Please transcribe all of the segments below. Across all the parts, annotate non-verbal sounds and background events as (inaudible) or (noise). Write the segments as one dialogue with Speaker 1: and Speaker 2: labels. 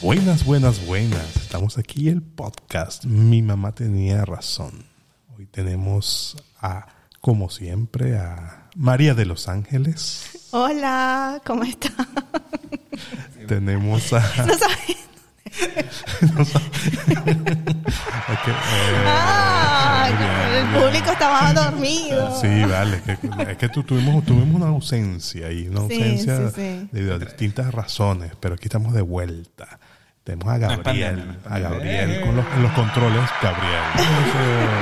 Speaker 1: Buenas, buenas, buenas. Estamos aquí el podcast. Mi mamá tenía razón. Hoy tenemos a, como siempre, a María de los Ángeles.
Speaker 2: Hola, ¿cómo estás?
Speaker 1: Tenemos a...
Speaker 2: (laughs) No sabes.
Speaker 1: a que- eh,
Speaker 2: Ah,
Speaker 1: muy bien,
Speaker 2: el
Speaker 1: muy bien.
Speaker 2: público estaba
Speaker 1: (laughs)
Speaker 2: dormido.
Speaker 1: Sí, vale. Es que, es que tu- tuvimos, tuvimos una ausencia y una
Speaker 2: Sí,
Speaker 1: ausencia
Speaker 2: sí, sí.
Speaker 1: debido a distintas razones, pero aquí estamos de vuelta. Tenemos a Gabriel, a Gabriel, con los, en los controles, Gabriel. Entonces,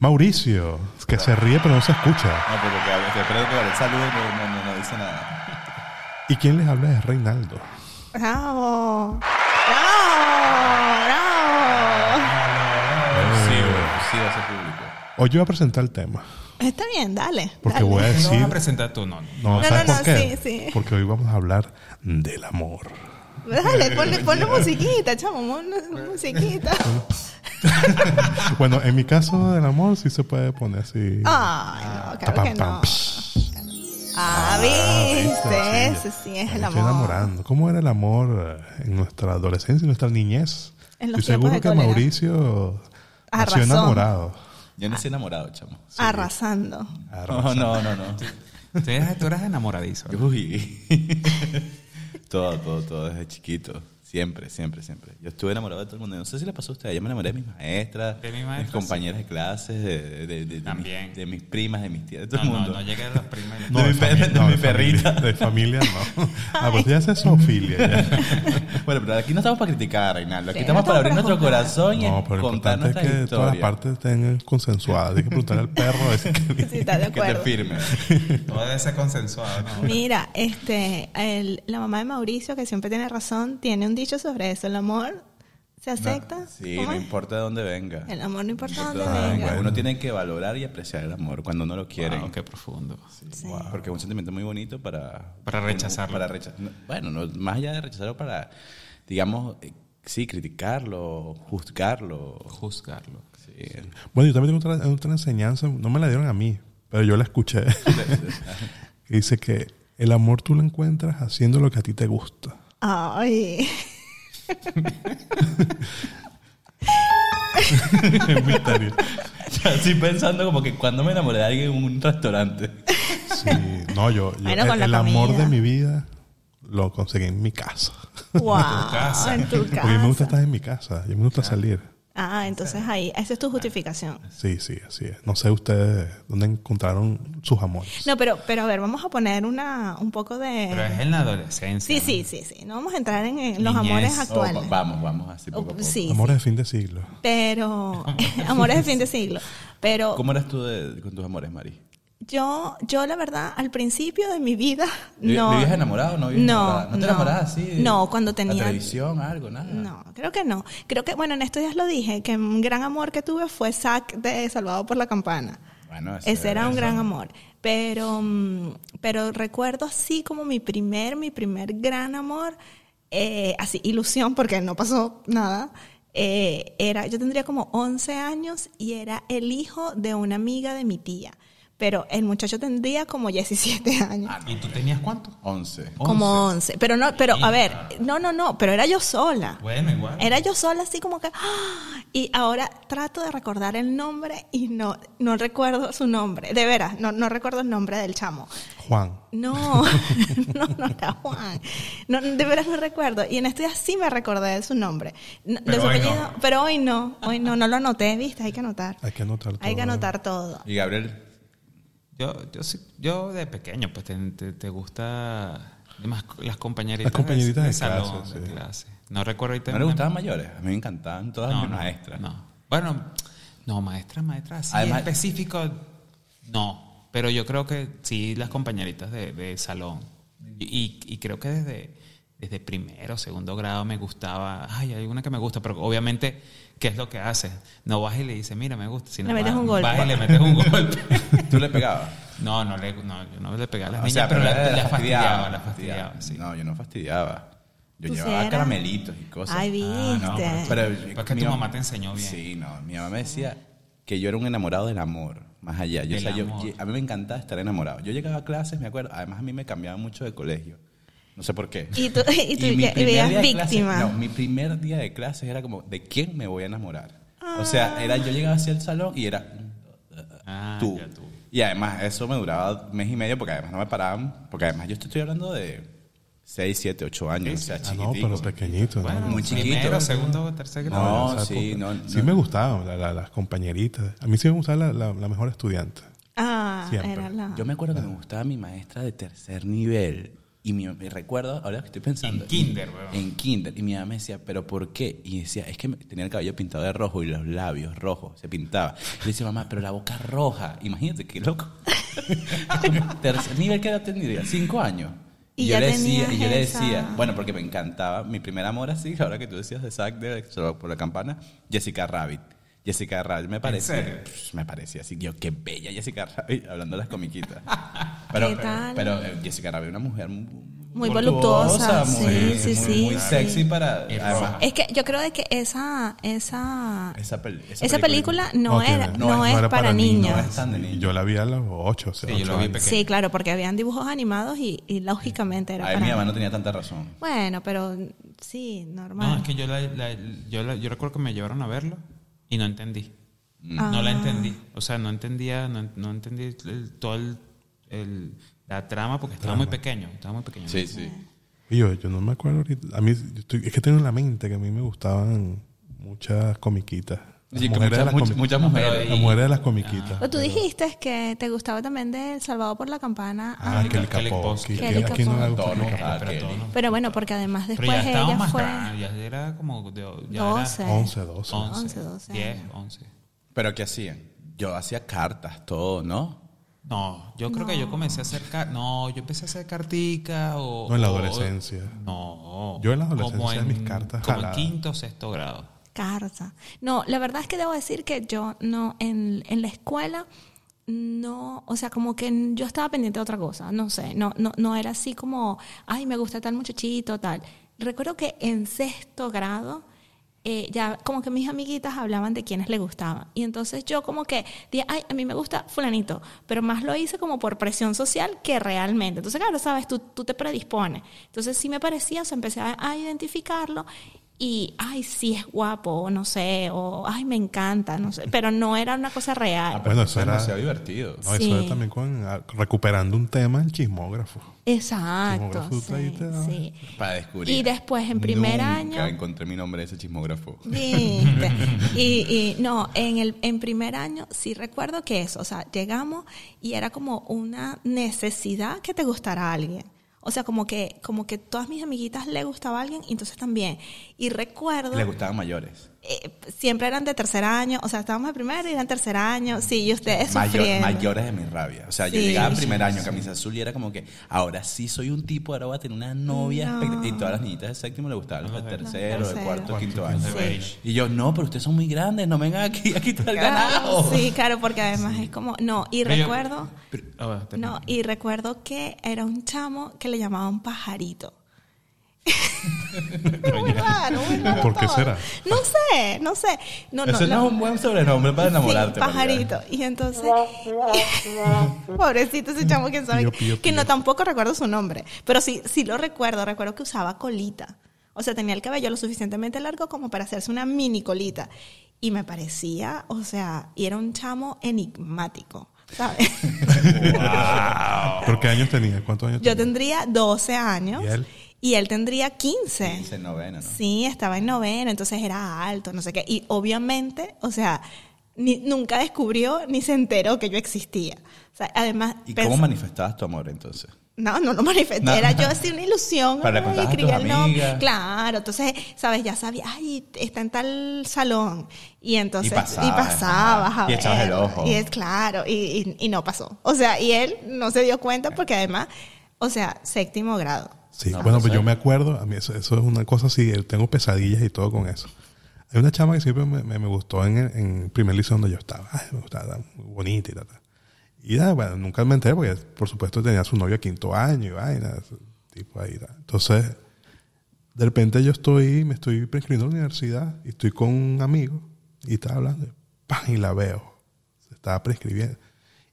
Speaker 1: Mauricio, que se ríe pero no se escucha.
Speaker 3: No, Ah, pero que hable, que espero que hable. Saludos, pero no, no, no dice nada.
Speaker 1: ¿Y quién les habla es Reinaldo?
Speaker 2: Bravo. Bravo. Bravo.
Speaker 3: Sí, sí, va a ser público.
Speaker 1: Hoy yo voy a presentar el tema,
Speaker 2: Está bien, dale.
Speaker 1: porque
Speaker 2: dale.
Speaker 1: voy a
Speaker 4: No vas
Speaker 1: decir...
Speaker 4: a presentar tú, no. no.
Speaker 1: No,
Speaker 2: No,
Speaker 1: ¿sabes
Speaker 2: no,
Speaker 1: por
Speaker 2: no,
Speaker 1: qué?
Speaker 2: sí, sí.
Speaker 1: Porque hoy vamos a hablar del amor.
Speaker 2: Dale,
Speaker 1: (laughs)
Speaker 2: ponle, ponle musiquita, chamo, ponle musiquita.
Speaker 1: Bueno, en mi caso del amor sí se puede poner así.
Speaker 2: Ay, no, claro
Speaker 1: Tapam,
Speaker 2: que no.
Speaker 1: pam, psh. Ah,
Speaker 2: Ah,
Speaker 1: viste,
Speaker 2: viste,
Speaker 1: sí.
Speaker 2: eso sí es el
Speaker 1: Me
Speaker 2: amor.
Speaker 1: Estoy enamorando. ¿Cómo era el amor eh, en nuestra adolescencia, en nuestra niñez?
Speaker 2: En los
Speaker 1: Estoy seguro que
Speaker 2: tiempos de cólera. Ah,
Speaker 1: Mauricio
Speaker 2: Arrasó.
Speaker 1: nació enamorado.
Speaker 3: Yo no estoy enamorado, chamo.
Speaker 2: Arrasando.
Speaker 3: No, no, no, no.
Speaker 4: Tú eras, tú eras enamoradizo.
Speaker 3: Uy. (laughs) todo, todo, todo desde chiquito. Siempre, siempre, siempre. Yo estuve enamorado de todo el mundo. No sé si le pasó a usted. Yo me enamoré de mis maestras,
Speaker 4: De mi
Speaker 3: mis
Speaker 4: maestra,
Speaker 3: compañeras de clases, de, de, de- de mis-
Speaker 4: También.
Speaker 3: de mis primas, de mis tías, de todo
Speaker 4: No,
Speaker 3: el
Speaker 4: no,
Speaker 3: mundo.
Speaker 4: no llegué a los primeros.
Speaker 1: No,
Speaker 3: de
Speaker 1: fami-
Speaker 3: mi perra- de mi
Speaker 1: familia-
Speaker 3: perrita.
Speaker 1: De familia
Speaker 2: (laughs)
Speaker 1: no. Ah, pues ya es zoofilia. ya.
Speaker 3: bueno, pero aquí no estamos para criticar, Reinaldo. Aquí
Speaker 2: Sí,
Speaker 3: estamos
Speaker 2: no
Speaker 3: para
Speaker 2: estamos
Speaker 3: abrir
Speaker 2: para
Speaker 3: nuestro
Speaker 2: juzgar.
Speaker 3: corazón y
Speaker 1: No, pero lo
Speaker 3: contar
Speaker 1: importante es
Speaker 3: nuestra
Speaker 1: que
Speaker 3: historia.
Speaker 1: todas las partes estén consensuadas. Hay que preguntarle al perro a ver si-
Speaker 3: (laughs)
Speaker 2: Sí, está de
Speaker 1: (laughs)
Speaker 3: que te
Speaker 2: acuerdo.
Speaker 3: firme.
Speaker 4: Todo debe ser consensuado, ¿no?
Speaker 2: Mira, este, el- la mamá de Mauricio, que siempre tiene razón, tiene un dicho sobre eso. El amor se acepta.
Speaker 3: Sí,
Speaker 2: ¿Cómo
Speaker 3: no
Speaker 2: es?
Speaker 3: importa de dónde venga.
Speaker 2: El amor no importa dónde
Speaker 3: Ah,
Speaker 2: venga.
Speaker 3: Uno tiene que valorar y apreciar el amor cuando no lo quieren.
Speaker 4: Wow, qué profundo.
Speaker 2: Sí.
Speaker 3: Porque es un sentimiento muy bonito para...
Speaker 4: Para rechazarlo.
Speaker 3: Para recha- no, bueno, no, más allá de rechazarlo, para, digamos, eh, sí, criticarlo, juzgarlo.
Speaker 4: Juzgarlo.
Speaker 3: Sí. (laughs)
Speaker 1: Bueno, yo también tengo otra, otra enseñanza. No me la dieron a mí, pero yo la
Speaker 3: (laughs)
Speaker 1: escuché. Que Dice que el amor tú lo encuentras haciendo lo que a ti te gusta.
Speaker 3: (laughs)
Speaker 2: Ay.
Speaker 1: Es misterio.
Speaker 3: Ya estoy pensando como que cuando me enamoré de alguien en un restaurante.
Speaker 1: Sí, no, yo, yo-
Speaker 2: Bueno,
Speaker 1: el,
Speaker 2: con la
Speaker 1: el amor
Speaker 2: comida.
Speaker 1: de mi vida lo conseguí en mi casa.
Speaker 2: Wow.
Speaker 4: casa.
Speaker 2: En tu
Speaker 1: Porque a mí me gusta
Speaker 2: casa.
Speaker 1: estar en mi casa, yo me gusta salir.
Speaker 2: Ah, entonces ahí, esa es tu justificación.
Speaker 1: Sí, sí, así es. No sé ustedes dónde encontraron sus amores.
Speaker 2: No, pero, pero a ver, vamos a poner una, un poco
Speaker 4: Pero es
Speaker 2: de.
Speaker 4: en la adolescencia.
Speaker 2: Sí,
Speaker 4: ¿no?
Speaker 2: sí, sí, sí. No vamos a entrar en, en los
Speaker 4: Niñez.
Speaker 2: amores
Speaker 3: Oh,
Speaker 2: actuales.
Speaker 3: va- vamos, vamos, así poco a poco.
Speaker 2: Oh, sí, sí.
Speaker 1: amores de fin de siglo.
Speaker 2: Pero amores de fin de siglo. Pero
Speaker 3: ¿Cómo eras tú de- con tus amores, Mari?
Speaker 2: yo, yo la verdad, al principio de mi vida,
Speaker 3: ¿Vi-
Speaker 2: no.
Speaker 3: ¿Vivías enamorado o no vivías
Speaker 2: No,
Speaker 3: enamorada? ¿No te
Speaker 2: no.
Speaker 3: enamorabas así?
Speaker 2: No, cuando
Speaker 3: La
Speaker 2: tenía-
Speaker 3: televisión, algo, nada.
Speaker 2: No, creo que no. Creo que, bueno, en estos días lo dije, que un gran amor que tuve fue Zack de Salvado por la Campana.
Speaker 3: Bueno,
Speaker 2: Ese era un
Speaker 3: eso.
Speaker 2: gran amor. Pero, mm, pero recuerdo así como mi primer, mi primer gran amor, eh, así ilusión, porque no pasó nada. eh, era, yo tendría como 11 años y era el hijo de una amiga de mi tía. Pero el muchacho tendría como 17 años.
Speaker 3: Ah,
Speaker 4: ¿Y
Speaker 3: eh,
Speaker 4: tú tenías cuánto?
Speaker 3: 11.
Speaker 2: Como 11. Pero no, pero a ver, no, no, no, pero era yo sola.
Speaker 4: Bueno, igual.
Speaker 2: Era yo sola así como que... ¡ah! Y ahora trato de recordar el nombre y no, no recuerdo su nombre. De veras, no, no recuerdo el nombre del chamo.
Speaker 1: Juan.
Speaker 2: No, (laughs) no, no era Juan. No, de veras no recuerdo. Y en estos días sí me recordé de su nombre. No, de
Speaker 4: Pero
Speaker 2: su
Speaker 4: hoy no.
Speaker 2: apellido, Pero hoy no, hoy no, no lo anoté, ¿viste? Hay que anotar.
Speaker 1: Hay que anotar
Speaker 2: Hay que
Speaker 1: todo.
Speaker 2: anotar todo.
Speaker 3: Y Gabriel,
Speaker 4: Yo, yo, sí- yo de pequeño, pues te, te, te gusta más las compañeritas,
Speaker 1: Las compañeritas de
Speaker 4: salón,
Speaker 1: clase,
Speaker 4: de
Speaker 1: sí.
Speaker 4: clase. No recuerdo ahorita.
Speaker 3: ¿no le gustaban mayores? A mí me encantaban todas
Speaker 4: No,
Speaker 3: mis
Speaker 4: no,
Speaker 3: maestras.
Speaker 4: no. (laughs) Bueno, no, maestras, maestras, así
Speaker 3: Además-
Speaker 4: específico, no. Pero yo creo que sí, las compañeritas de, de salón. Y, y creo que desde, desde primero, segundo grado me gustaba. Ay, hay una que me gusta, pero obviamente, ¿qué es lo que haces? No vas y le dices, mira, me gusta. Sino
Speaker 2: Le metes
Speaker 4: vas-
Speaker 2: un golpe.
Speaker 4: Vas y le metes un golpe.
Speaker 3: ¿Tú le pegabas?
Speaker 4: No, no le, no, yo no le pegaba a las
Speaker 3: O
Speaker 4: niñas,
Speaker 3: sea,
Speaker 4: pero, la-
Speaker 3: era-
Speaker 4: las fastidiaba,
Speaker 3: fastidiaba,
Speaker 4: las fastidiaba, sí.
Speaker 3: No, yo no fastidiaba. Yo
Speaker 2: ¿Tú
Speaker 3: llevaba
Speaker 2: sí eras?
Speaker 3: caramelitos y cosas. Ah,
Speaker 2: Ay, viste.
Speaker 4: no,
Speaker 3: pero
Speaker 4: Pues que tu
Speaker 3: mi
Speaker 4: mamá te enseñó bien.
Speaker 3: Sí, no. Mi mamá me decía que yo era un enamorado del amor, más allá. Yo, o
Speaker 4: Del
Speaker 3: sea, yo-
Speaker 4: amor.
Speaker 3: a mí me encantaba estar enamorado. Yo llegaba a clases, me acuerdo. Además, a mí me cambiaban mucho de colegio. No sé por qué.
Speaker 2: Y tú, y tú
Speaker 3: mi
Speaker 2: ya-
Speaker 3: primer
Speaker 2: veías
Speaker 3: día de
Speaker 2: víctima.
Speaker 3: clases- no, mi primer día de clases era como, ¿de quién me voy a enamorar? O
Speaker 2: Ah.
Speaker 3: sea, era, yo llegaba hacia el salón y era
Speaker 4: Ah,
Speaker 3: tú.
Speaker 4: ya tú.
Speaker 3: Y además eso me duraba mes y medio porque además no me paraban. Porque además yo te estoy hablando de 6, 7, 8 años. O sea,
Speaker 1: Ah, no,
Speaker 3: chiquitico.
Speaker 1: pero pequeñito.
Speaker 4: Bueno,
Speaker 1: ¿no?
Speaker 3: Muy chiquito.
Speaker 4: Primero, segundo, tercer grado.
Speaker 3: No,
Speaker 1: en esa
Speaker 3: sí,
Speaker 1: época.
Speaker 3: no,
Speaker 1: Sí
Speaker 3: no.
Speaker 1: me gustaban la- la- las compañeritas. A mí sí me gustaba la, la- la mejor estudiante.
Speaker 2: Ah,
Speaker 1: Siempre.
Speaker 2: era la.
Speaker 3: Yo me acuerdo
Speaker 4: Ah.
Speaker 3: que me gustaba mi maestra de tercer nivel. Y mi- me recuerdo, ahora que estoy pensando.
Speaker 4: En kinder, weón.
Speaker 3: En kinder. Y mi mamá me decía, ¿pero por qué? Y decía, es que me- tenía el cabello pintado de rojo y los labios rojos. Se pintaba. Y le decía, mamá, pero la boca roja. Imagínate, qué loco. (laughs) tercer nivel, ¿qué edad tendría? Cinco años.
Speaker 2: Y
Speaker 3: yo
Speaker 2: ya
Speaker 3: le decía,
Speaker 2: tenías
Speaker 3: y yo le
Speaker 2: esa-
Speaker 3: decía, bueno, porque me encantaba. Mi primer amor así, ahora que tú decías de Zack, de, solo por la campana, Jessica Rabbit. Jessica Rabbit me parecía.
Speaker 4: serio?
Speaker 3: pff, Me parecía así, yo, qué bella Jessica Rabbit, hablando de las
Speaker 2: (laughs)
Speaker 3: comiquitas. Pero,
Speaker 2: ¿Qué tal?
Speaker 3: pero, eh, Jessica Rabbit, una mujer
Speaker 2: Muy
Speaker 3: muy
Speaker 2: voluptuosa.
Speaker 3: muy,
Speaker 2: sí, sí,
Speaker 3: muy-
Speaker 2: sí.
Speaker 3: muy
Speaker 2: sí.
Speaker 3: sexy para.
Speaker 4: Es
Speaker 3: además,
Speaker 2: Es que yo creo de que esa. Esa,
Speaker 3: esa, pel-
Speaker 2: esa película, no,
Speaker 1: tiene-
Speaker 2: era, no, es para, niños.
Speaker 3: No es tan de niños.
Speaker 1: Yo la vi a los 8, o sea,
Speaker 4: Sí, yo
Speaker 1: ocho
Speaker 4: la vi
Speaker 1: años.
Speaker 4: pequeña.
Speaker 2: Sí, claro, porque habían dibujos animados y, y lógicamente era
Speaker 3: Ay,
Speaker 2: para
Speaker 3: mi mamá no tenía tanta razón.
Speaker 2: Bueno, pero sí, normal.
Speaker 4: No, es que yo, la, la- yo, la- yo recuerdo que me llevaron a verlo y no entendí.
Speaker 2: Ah.
Speaker 4: No la entendí. O sea, no entendía, no, no entendí el- todo el, el- la trama porque estaba muy pequeño. Estaba muy pequeño.
Speaker 3: Sí, sí.
Speaker 1: Y yo, yo no me acuerdo ahorita. A mí, yo estoy- es que tengo en la mente que a mí me gustaban muchas comiquitas. Las
Speaker 3: Sí, que
Speaker 1: mujeres de
Speaker 3: muchas,
Speaker 1: las
Speaker 3: muchas,
Speaker 1: comi-
Speaker 3: muchas mujeres.
Speaker 4: Pero
Speaker 1: las mujeres de las comiquitas.
Speaker 2: Pero tú dijiste que te gustaba también de El Salvador por la Campana.
Speaker 1: Ah,
Speaker 4: Ah,
Speaker 1: que el
Speaker 4: Kelly
Speaker 1: capó.
Speaker 4: Kapowski.
Speaker 1: que-
Speaker 2: Kelly
Speaker 1: que- ¿A quién no le gusta
Speaker 3: Todos
Speaker 1: Kelly
Speaker 3: nos
Speaker 1: Kapowski?
Speaker 3: gustaba
Speaker 4: Pero
Speaker 3: Kelly.
Speaker 4: todos nos-
Speaker 2: Pero bueno, porque además
Speaker 4: Pero ya
Speaker 2: después
Speaker 4: estaba
Speaker 2: ella
Speaker 4: más
Speaker 2: fue
Speaker 4: grande, ya era como de, ya
Speaker 2: 12.
Speaker 4: era
Speaker 1: 11, 12.
Speaker 4: 11,
Speaker 2: 12
Speaker 4: 10,
Speaker 2: años.
Speaker 4: 11.
Speaker 3: Pero ¿qué hacían? Yo hacía cartas, todo, ¿no?
Speaker 4: No, yo creo que yo comencé a hacer car- no, yo empecé a hacer carticas o
Speaker 1: No, en la
Speaker 4: o-
Speaker 1: adolescencia.
Speaker 4: no.
Speaker 1: Yo en la adolescencia
Speaker 4: como
Speaker 1: mis cartas
Speaker 4: como en
Speaker 1: jaladas.
Speaker 4: quinto o sexto grado.
Speaker 2: Carta. No, la verdad es que debo decir que yo no, en, en la escuela, no, o sea, como que n- yo estaba pendiente de otra cosa, no sé, no, no, no era así como, ay, me gusta tal muchachito, tal. Recuerdo que en sexto grado, eh, ya como que mis amiguitas hablaban de quienes le gustaban. Y entonces yo como que dije, ay, a mí me gusta fulanito, pero más lo hice como por presión social que realmente. Entonces, claro, sabes, tú, tú te predispones. Entonces sí me parecía, o sea, empecé a- a identificarlo y ay sí es guapo o no sé o ay me encanta no sé pero no era una cosa
Speaker 3: Ah,
Speaker 2: real
Speaker 1: Bueno, eso era-
Speaker 3: demasiado divertido.
Speaker 1: No, eso era
Speaker 2: Sí.
Speaker 1: también con ah, recuperando un tema en
Speaker 3: (laughs)
Speaker 1: chismógrafo.
Speaker 2: exacto
Speaker 1: Chismógrafo, tú ahí
Speaker 2: sí,
Speaker 1: te dabas.
Speaker 2: sí.
Speaker 3: Para descubrir.
Speaker 2: Y después, en primer
Speaker 3: Nunca
Speaker 2: año-
Speaker 3: encontré mi nombre de ese chismógrafo.
Speaker 2: Viste. Y, y no, en el en primer año sí recuerdo que eso, o sea, llegamos y era como una necesidad que te gustara a alguien. O sea, como que como que todas mis amiguitas le gustaba a alguien y entonces también. Y recuerdo
Speaker 3: (laughs) Le gustaban mayores.
Speaker 2: eh, siempre eran de tercer año, o sea, estábamos de primero y eran tercer año, sí, y ustedes
Speaker 3: Mayor-
Speaker 2: sufriendo.
Speaker 3: mayores de mi rabia. O sea, yo
Speaker 2: Sí.
Speaker 3: llegaba en primer año, camisa azul, y era como que ahora sí soy un tipo, ahora voy a tener una novia.
Speaker 2: No.
Speaker 3: espect- Y todas las niñitas de séptimo le gustaban los de tercero, de
Speaker 2: tercero.
Speaker 3: cuarto,
Speaker 1: Cuarto,
Speaker 3: quinto año.
Speaker 4: quinto,
Speaker 2: Sí.
Speaker 3: Y yo, no, pero ustedes son muy grandes, no vengan aquí a quitar el
Speaker 2: Claro,
Speaker 3: (laughs) ganado.
Speaker 2: sí, claro, porque además es como, no, y
Speaker 4: Pero yo-
Speaker 2: recuerdo,
Speaker 4: pero- ah, bueno, termina.
Speaker 2: no, y recuerdo que era un chamo que le llamaban pajarito. muy raro, muy raro
Speaker 1: ¿Por qué
Speaker 2: todo.
Speaker 1: será?
Speaker 2: No sé, no sé. No, no,
Speaker 3: Ese
Speaker 2: la-
Speaker 3: no es un buen sobrenombre para enamorarte. pues,
Speaker 2: Sí,
Speaker 3: María.
Speaker 2: pajarito. Y entonces, (laughs) pobrecito ese chamo que sabe,
Speaker 1: Pío, pío,
Speaker 2: que
Speaker 1: pío.
Speaker 2: no tampoco recuerdo su nombre, pero sí, sí lo recuerdo, recuerdo que usaba colita. O sea, tenía el cabello lo suficientemente largo como para hacerse una mini colita. Y me parecía, o sea, y era un chamo enigmático,
Speaker 1: (laughs)
Speaker 2: ¿sabes?
Speaker 1: ¿Pero qué años tenía? ¿Cuántos años
Speaker 2: Yo
Speaker 1: tenía?
Speaker 2: tendría 12 años
Speaker 1: ¿Y él?
Speaker 2: y él tendría 15.
Speaker 3: Dice noveno, ¿no?
Speaker 2: Sí, estaba en noveno, entonces era alto, no sé qué. Y obviamente, o sea, ni- nunca descubrió ni se enteró que yo existía. O sea, además,
Speaker 3: ¿Y
Speaker 2: pens-
Speaker 3: cómo manifestabas tu amor entonces?
Speaker 2: no, no lo manifesté.
Speaker 3: No.
Speaker 2: Era yo así una ilusión.
Speaker 3: Pero le
Speaker 2: ay,
Speaker 3: contabas a
Speaker 2: escribía
Speaker 3: tus
Speaker 2: el nombre.
Speaker 3: amigas.
Speaker 2: Claro, entonces, sabes, ya sabía, ay, está en tal salón. Y entonces,
Speaker 3: Y pasabas,
Speaker 2: pasabas
Speaker 3: ajá.
Speaker 2: a
Speaker 3: Y echabas el
Speaker 2: verlo.
Speaker 3: ojo.
Speaker 2: Y es claro, y, y- y no pasó. O sea, y él no se dio cuenta porque además, o sea, séptimo grado.
Speaker 1: Sí,
Speaker 3: No,
Speaker 1: bueno,
Speaker 3: no
Speaker 1: pues
Speaker 3: sé.
Speaker 1: yo me acuerdo, a mí eso, eso es una cosa así, eh, tengo pesadillas y todo con eso. Hay una chama que siempre me, me- me gustó en, el- en el primer liceo donde yo estaba. Ay, me gustaba, era muy bonita y tal. tal. Y nada, bueno, nunca me enteré porque, por supuesto, tenía a su novio de quinto año y vaina, ese tipo ahí. tal. Entonces, de repente yo estoy, me estoy prescribiendo a la universidad y estoy con un amigo y está hablando, ¡pam! y la veo. Se estaba prescribiendo.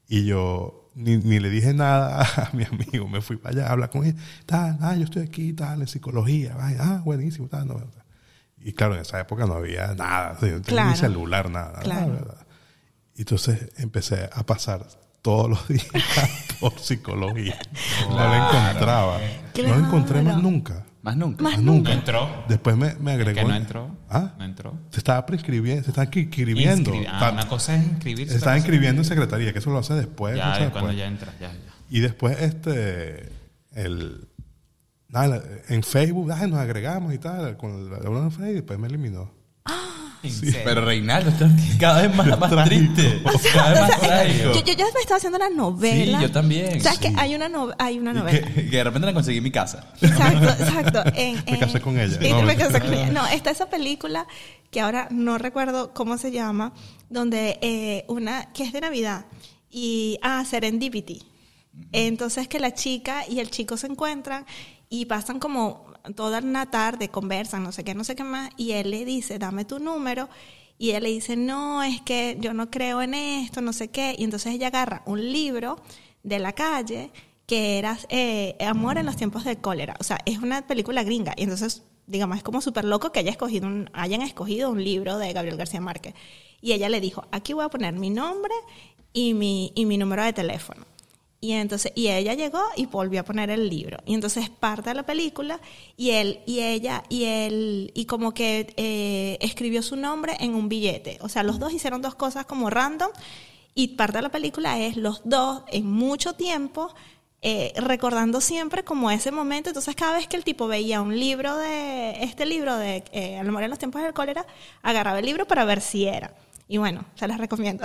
Speaker 1: Y yo, ni, ni le dije nada (laughs) a mi amigo. Me fui para allá a hablar con él. Tal, ah, yo estoy aquí, tal, en psicología. Ay, ah, buenísimo, tal, no, tal. Y claro, en esa época no había nada. o sea, yo no tenía
Speaker 2: Claro.
Speaker 1: ni celular, nada.
Speaker 2: Claro.
Speaker 1: nada, nada. Y entonces empecé a pasar todos los (laughs) días por psicología. No la encontraba. No la encontré más
Speaker 2: Claro.
Speaker 1: nunca.
Speaker 3: Más nunca.
Speaker 2: Más
Speaker 1: nunca.
Speaker 4: No entró.
Speaker 1: Después me, me agregó.
Speaker 4: Que no entró.
Speaker 1: ¿Ah?
Speaker 4: No entró.
Speaker 1: Se estaba prescribiendo, se estaba inscribiendo.
Speaker 4: Inscribi- ah,
Speaker 1: Ta-
Speaker 4: una cosa es inscribirse.
Speaker 1: se estaba
Speaker 4: otra cosa es-
Speaker 1: inscribiendo en secretaría, que eso lo hace después.
Speaker 4: Ya,
Speaker 1: eso
Speaker 4: de cuando
Speaker 1: eh, después.
Speaker 4: ya entras, ya, ya.
Speaker 1: Y después, este, el, nada, en Facebook, ay, nos agregamos y tal, con la una de Facebook, y después me eliminó.
Speaker 4: En
Speaker 3: Sí,
Speaker 4: serio.
Speaker 3: Pero Reinaldo está cada vez más, más triste.
Speaker 2: (laughs)
Speaker 3: Cada vez más trágico.
Speaker 2: Yo, yo, yo me estaba haciendo la novela.
Speaker 3: Sí, yo también,
Speaker 2: ¿Sabes
Speaker 3: sí.
Speaker 2: que hay una, no- hay una
Speaker 3: Que,
Speaker 2: novela?
Speaker 3: que de repente la conseguí en mi casa.
Speaker 2: Exacto, exacto. En-
Speaker 1: (laughs) Me casé
Speaker 2: en-
Speaker 1: con ella.
Speaker 2: Sí,
Speaker 1: No,
Speaker 2: me
Speaker 1: me-
Speaker 2: casé con ella. No, está esa película que ahora no recuerdo cómo se llama, donde eh, una que es de Navidad y ah, Serendipity. Entonces que la chica y el chico se encuentran y pasan como toda una tarde, conversan, no sé qué, no sé qué más, y él le dice, dame tu número, y ella le dice, no, es que yo no creo en esto, no sé qué, y entonces ella agarra un libro de la calle que era eh, Amor en los tiempos de cólera. O sea, es una película gringa. Y entonces, digamos, es como súper loco que haya escogido un- hayan escogido un libro de Gabriel García Márquez. Y ella le dijo, aquí voy a poner mi nombre y mi, y mi número de teléfono. Y entonces, y ella llegó y volvió a poner el libro. Y entonces parte de la película y él, y ella, y él, y como que eh, escribió su nombre en un billete. O sea, los dos hicieron dos cosas como random. Y parte de la película es los dos en mucho tiempo eh, recordando siempre como ese momento. Entonces, cada vez que el tipo veía un libro de este libro de eh, Al morir en los tiempos del cólera, agarraba el libro para ver si era. Y bueno, se las
Speaker 3: (laughs)
Speaker 2: recomiendo.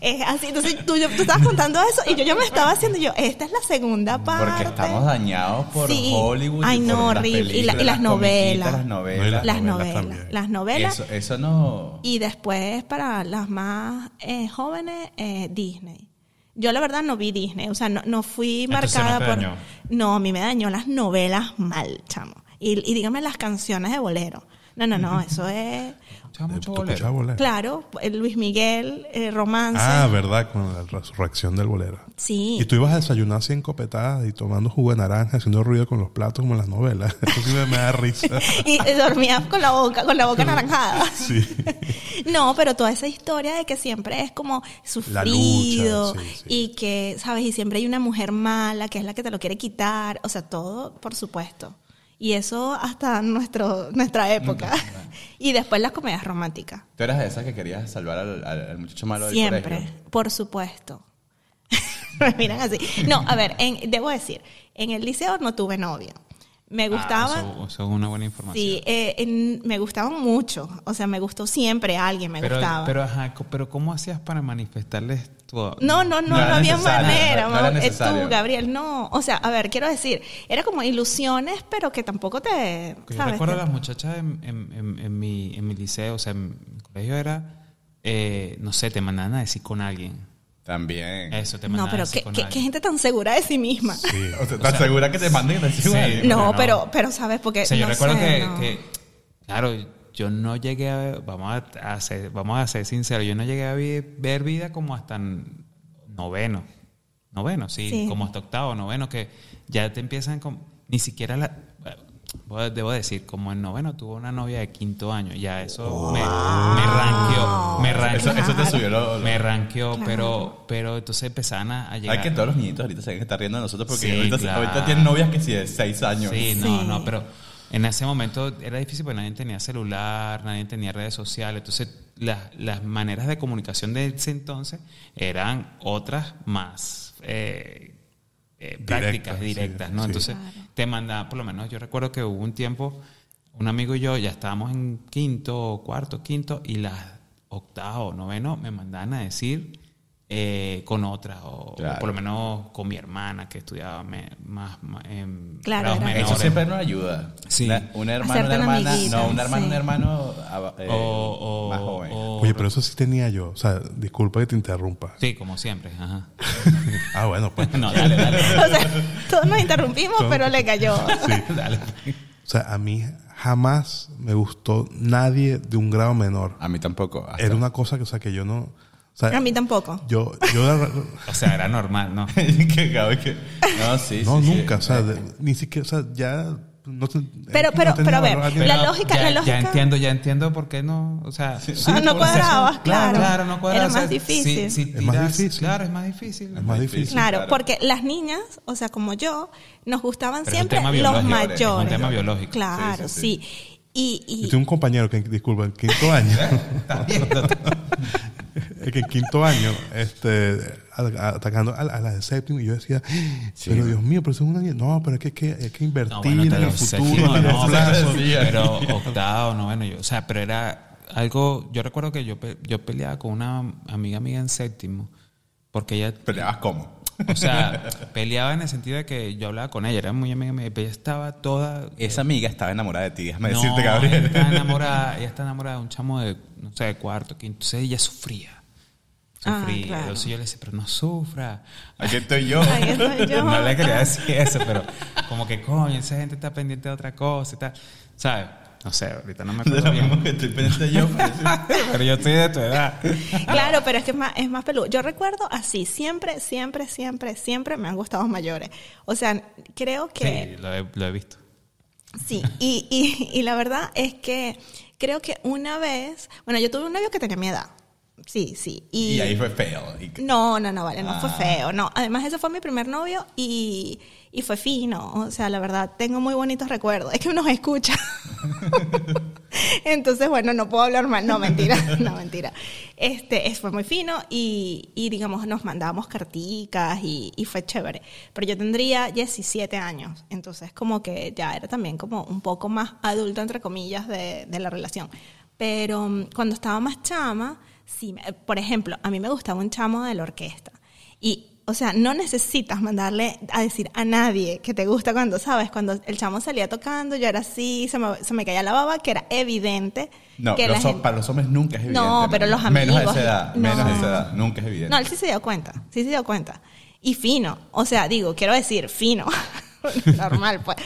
Speaker 2: es así. Entonces, tú, yo- tú estabas contando eso y yo, yo me estaba haciendo yo, esta es la segunda parte.
Speaker 3: Porque estamos dañados por
Speaker 2: Sí.
Speaker 3: Hollywood.
Speaker 2: Ay,
Speaker 3: y por
Speaker 2: no,
Speaker 3: las
Speaker 2: horrible. Y la- y
Speaker 3: películas,
Speaker 2: las novelas.
Speaker 3: comiquitas, Las novelas.
Speaker 1: novelas
Speaker 2: las novelas.
Speaker 1: también.
Speaker 2: Las novelas.
Speaker 3: Eso, eso no.
Speaker 2: Y después para las más eh, jóvenes, eh, Disney. Yo la verdad no vi Disney, o sea, no, no fui
Speaker 4: Entonces,
Speaker 2: marcada
Speaker 4: ¿no te
Speaker 2: por...
Speaker 4: dañó?
Speaker 2: No, a mí me dañó las novelas mal, chamo. Y, y dígame las canciones de bolero. No, no, no, eso es...
Speaker 4: Escuchaba mucho
Speaker 1: Tú
Speaker 4: bolero.
Speaker 1: escuchabas bolero.
Speaker 2: Claro, eh, Luis Miguel, eh, romance.
Speaker 1: Ah, verdad, con la resurrección del bolero.
Speaker 2: sí.
Speaker 1: Y tú ibas a desayunar sin copetadas y tomando jugo de naranja, haciendo ruido con los platos como en las novelas. (laughs) Eso sí me, me da risa.
Speaker 2: (laughs)
Speaker 4: (laughs)
Speaker 2: y eh, dormía con la boca, con
Speaker 1: (laughs)
Speaker 2: la boca anaranjada.
Speaker 1: Sí.
Speaker 2: No, pero toda esa historia de que siempre es
Speaker 1: La
Speaker 2: como
Speaker 1: lucha,
Speaker 2: sufrido
Speaker 1: sí, sí.
Speaker 2: y que, ¿sabes? Y siempre hay una mujer mala que es la que te lo quiere quitar. O sea, todo, por supuesto. Y eso hasta nuestro, nuestra época. (laughs) y después las comedias románticas.
Speaker 3: Tú eras de esas que querías salvar al, al- al muchacho malo del
Speaker 2: Siempre,
Speaker 3: colegio.
Speaker 2: por supuesto. (laughs) Me miran así. No, a ver, en- debo decir, en el liceo no tuve novio. Me gustaba...
Speaker 4: Ah, eso, eso es una buena información.
Speaker 2: Sí, eh, en- me gustaban mucho. O sea, me gustó siempre alguien, me
Speaker 4: pero,
Speaker 2: gustaba.
Speaker 4: Pero, ajá, co- pero ¿cómo hacías para manifestarles tu...
Speaker 2: no, no, no,
Speaker 3: No
Speaker 2: no,
Speaker 3: era
Speaker 2: había
Speaker 3: necesario,
Speaker 2: manera.
Speaker 3: no- no era
Speaker 2: mamá. Eh,
Speaker 3: necesario.
Speaker 2: tú, Gabriel, no. O sea, a ver, quiero decir, era como ilusiones, pero que tampoco te.
Speaker 4: Yo
Speaker 2: ¿sabes?
Speaker 4: recuerdo a
Speaker 2: Te-
Speaker 4: las muchachas en, en- en- en mi, en mi liceo, o sea, en mi colegio era, eh, no sé, te mandaban a decir con alguien.
Speaker 3: También.
Speaker 4: Eso, te
Speaker 2: No,
Speaker 4: mandaban a
Speaker 2: pero
Speaker 4: decir
Speaker 2: qué,
Speaker 4: con
Speaker 2: qué- qué
Speaker 4: alguien.
Speaker 2: gente tan segura de sí misma. (laughs)
Speaker 1: Sí.
Speaker 3: O sea, ¿Estás segura que te mandé?
Speaker 4: Sí.
Speaker 2: no,
Speaker 4: bueno, no.
Speaker 2: pero, pero sabes, porque.
Speaker 4: O sea, yo
Speaker 2: no
Speaker 4: recuerdo
Speaker 2: sé,
Speaker 4: que,
Speaker 2: no.
Speaker 4: que, claro, yo no llegué a ver, vamos a, a ser, vamos a ser sinceros, yo no llegué a vi- ver vida como hasta n- noveno. Noveno, sí,
Speaker 2: Sí.
Speaker 4: como hasta octavo, noveno, que ya te empiezan con, ni siquiera la... bueno, voy a- Debo decir, como en noveno tuvo una novia de quinto año, ya eso me, me ranqueó, me
Speaker 3: Eso-
Speaker 4: ranqueó,
Speaker 3: eso te subió lo- lo-
Speaker 4: me ranqueó,
Speaker 2: Claro.
Speaker 4: pero, pero entonces empezaban a, a llegar.
Speaker 3: Hay que todos los niñitos ahorita se están riendo de nosotros porque
Speaker 4: Sí,
Speaker 3: ahorita,
Speaker 4: claro.
Speaker 3: ahorita tienen novias que sí de 6 años.
Speaker 4: Sí, no,
Speaker 2: Sí.
Speaker 4: no, pero en ese momento era difícil porque nadie tenía celular, nadie tenía redes sociales. Entonces, las, las maneras de comunicación de ese entonces eran otras más eh, eh, prácticas,
Speaker 1: sí,
Speaker 4: directas, ¿no?
Speaker 1: sí.
Speaker 4: Entonces, te mandaba, por lo menos yo recuerdo que hubo un tiempo, un amigo y yo ya estábamos en quinto, cuarto, quinto, y las octavo, noveno me mandaban a decir. eh, con otras, o,
Speaker 3: Claro.
Speaker 4: o por lo menos con mi hermana que estudiaba me- más, em, más en
Speaker 2: Claro,
Speaker 4: grados
Speaker 2: era-
Speaker 4: menores. Eh,
Speaker 3: Eso siempre nos ayuda.
Speaker 4: Sí.
Speaker 3: Una, una hermana, una
Speaker 2: Hacerte una
Speaker 3: hermana.
Speaker 2: amiguita,
Speaker 3: no, un hermano,
Speaker 2: sí.
Speaker 3: un hermano ah, eh,
Speaker 4: O- o-
Speaker 3: más joven.
Speaker 4: o-
Speaker 1: Oye, pero eso sí tenía yo. O sea, disculpa que te interrumpa.
Speaker 4: Sí, como siempre. Ajá.
Speaker 1: Ah, bueno, pues.
Speaker 4: (laughs) No, dale, (laughs) dale.
Speaker 2: (laughs) O sea, todos nos interrumpimos,
Speaker 1: Todo.
Speaker 2: pero le cayó.
Speaker 4: dale.
Speaker 1: O sea, a mí jamás me gustó nadie de un grado menor.
Speaker 3: A mí tampoco. hasta-
Speaker 4: Ah,
Speaker 1: Era una cosa que, o sea, que yo no... O sea,
Speaker 2: A mí tampoco.
Speaker 1: Yo, yo la-
Speaker 4: O sea, era normal,
Speaker 3: (laughs)
Speaker 4: ¿no?
Speaker 3: que cabe que- No, sí,
Speaker 1: no,
Speaker 3: sí, sí.
Speaker 1: nunca, o sea,
Speaker 4: Eh,
Speaker 1: de- ni siquiera, o sea, ya no te- eh,
Speaker 2: Pero-
Speaker 1: no
Speaker 2: pero-
Speaker 1: tenía
Speaker 2: pero a ver,
Speaker 1: valor alguien-
Speaker 2: La lógica-
Speaker 4: ya,
Speaker 2: la
Speaker 4: ya
Speaker 2: lógica-
Speaker 4: entiendo, ya entiendo por qué no. O
Speaker 2: Ah,
Speaker 4: sea,
Speaker 2: no
Speaker 4: por eso.
Speaker 2: cuadraba, claro.
Speaker 4: Claro, no cuadraba.
Speaker 2: Era
Speaker 4: o sea,
Speaker 2: más difícil.
Speaker 4: si- si
Speaker 1: Es más
Speaker 4: tiras-
Speaker 1: difícil.
Speaker 4: Claro, es más difícil.
Speaker 1: es más difícil.
Speaker 2: Claro,
Speaker 3: claro.
Speaker 2: porque las niñas, o sea, como yo, nos gustaban
Speaker 4: Pero es un
Speaker 2: siempre
Speaker 4: tema
Speaker 2: los
Speaker 4: biológico,
Speaker 2: mayores.
Speaker 4: es un tema biológico.
Speaker 2: Claro,
Speaker 3: Sí,
Speaker 2: sí.
Speaker 3: sí,
Speaker 2: Y, y-
Speaker 1: Yo
Speaker 2: (laughs)
Speaker 1: tengo un compañero que, disculpa, en quinto año, (laughs) que en quinto año, este, a- a- atacando a, a las de séptimo, y yo decía, pero Dios mío, pero eso es una niña. No, pero es que hay que, hay que invertir
Speaker 4: No, bueno,
Speaker 1: en
Speaker 4: pero
Speaker 1: el futuro,
Speaker 4: séptimo,
Speaker 1: a largo
Speaker 4: no,
Speaker 1: plazo.
Speaker 4: pero, pero octavo, noveno, yo, o sea, pero era algo, yo recuerdo que yo, pe- yo peleaba con una amiga mía en séptimo, porque ella,
Speaker 3: Peleabas cómo.
Speaker 4: o sea, (laughs) peleaba en el sentido de que yo hablaba con ella, era muy amiga mía, pero ella estaba toda... eh,
Speaker 3: Esa amiga estaba enamorada de ti, déjame
Speaker 4: No,
Speaker 3: decirte,
Speaker 4: Ella
Speaker 3: Gabriel.
Speaker 4: está enamorada, ella está enamorada de un chamo de, no sé, de cuarto, quinto, entonces ella sufría.
Speaker 2: Ah,
Speaker 4: Sufría.
Speaker 2: claro.
Speaker 4: Entonces yo le decía, pero no sufra.
Speaker 3: (laughs) Aquí estoy yo.
Speaker 2: Ahí estoy yo.
Speaker 4: (laughs) No le
Speaker 2: (laughs)
Speaker 4: quería decir eso, pero como que coño, esa gente está pendiente de otra cosa y tal. ¿Sabes? No sé, ahorita no me
Speaker 3: De
Speaker 4: acuerdo
Speaker 3: lo
Speaker 4: bien.
Speaker 3: mismo que estoy pensando
Speaker 4: (laughs)
Speaker 3: yo.
Speaker 4: Pero yo estoy de tu edad.
Speaker 2: Claro, pero es que es más, es más peludo. Yo recuerdo así, siempre, siempre, siempre, siempre me han gustado los mayores. O sea, creo que
Speaker 4: Sí, lo he, lo he visto.
Speaker 2: sí. Y, y- y la verdad es que creo que una vez, bueno, yo tuve un novio que tenía mi edad. Sí, sí. Y,
Speaker 3: Y ahí fue feo. Y-
Speaker 2: No, no, no, vale, no fue
Speaker 3: Ah.
Speaker 2: feo, no. Además, ese fue mi primer novio y, y fue fino. O sea, la verdad, tengo muy bonitos recuerdos. Es que uno escucha. (laughs) Entonces, bueno, no puedo hablar mal. No, mentira, (laughs) no, mentira. Este, es- fue muy fino y, y, digamos, nos mandábamos carticas y, y fue chévere. Pero yo tendría 17 años, entonces como que ya era también como un poco más adulta, entre comillas, de, de la relación. Pero mm, cuando estaba más chama, sí, me- por ejemplo, a mí me gustaba un chamo de la orquesta. Y, o sea, no necesitas mandarle a decir a nadie que te gusta cuando, ¿sabes? Cuando el chamo salía tocando, yo era así, se me, se me caía la baba, que era evidente.
Speaker 3: No,
Speaker 2: que la
Speaker 3: los hom-
Speaker 2: gente-
Speaker 3: para los hombres nunca es evidente.
Speaker 2: No, pero los amigos-
Speaker 3: Menos a esa edad,
Speaker 2: no.
Speaker 3: menos a esa edad, nunca es evidente.
Speaker 2: No, él sí se dio cuenta, sí se dio cuenta. Y fino, o sea, digo, quiero decir, fino, (laughs) normal, pues.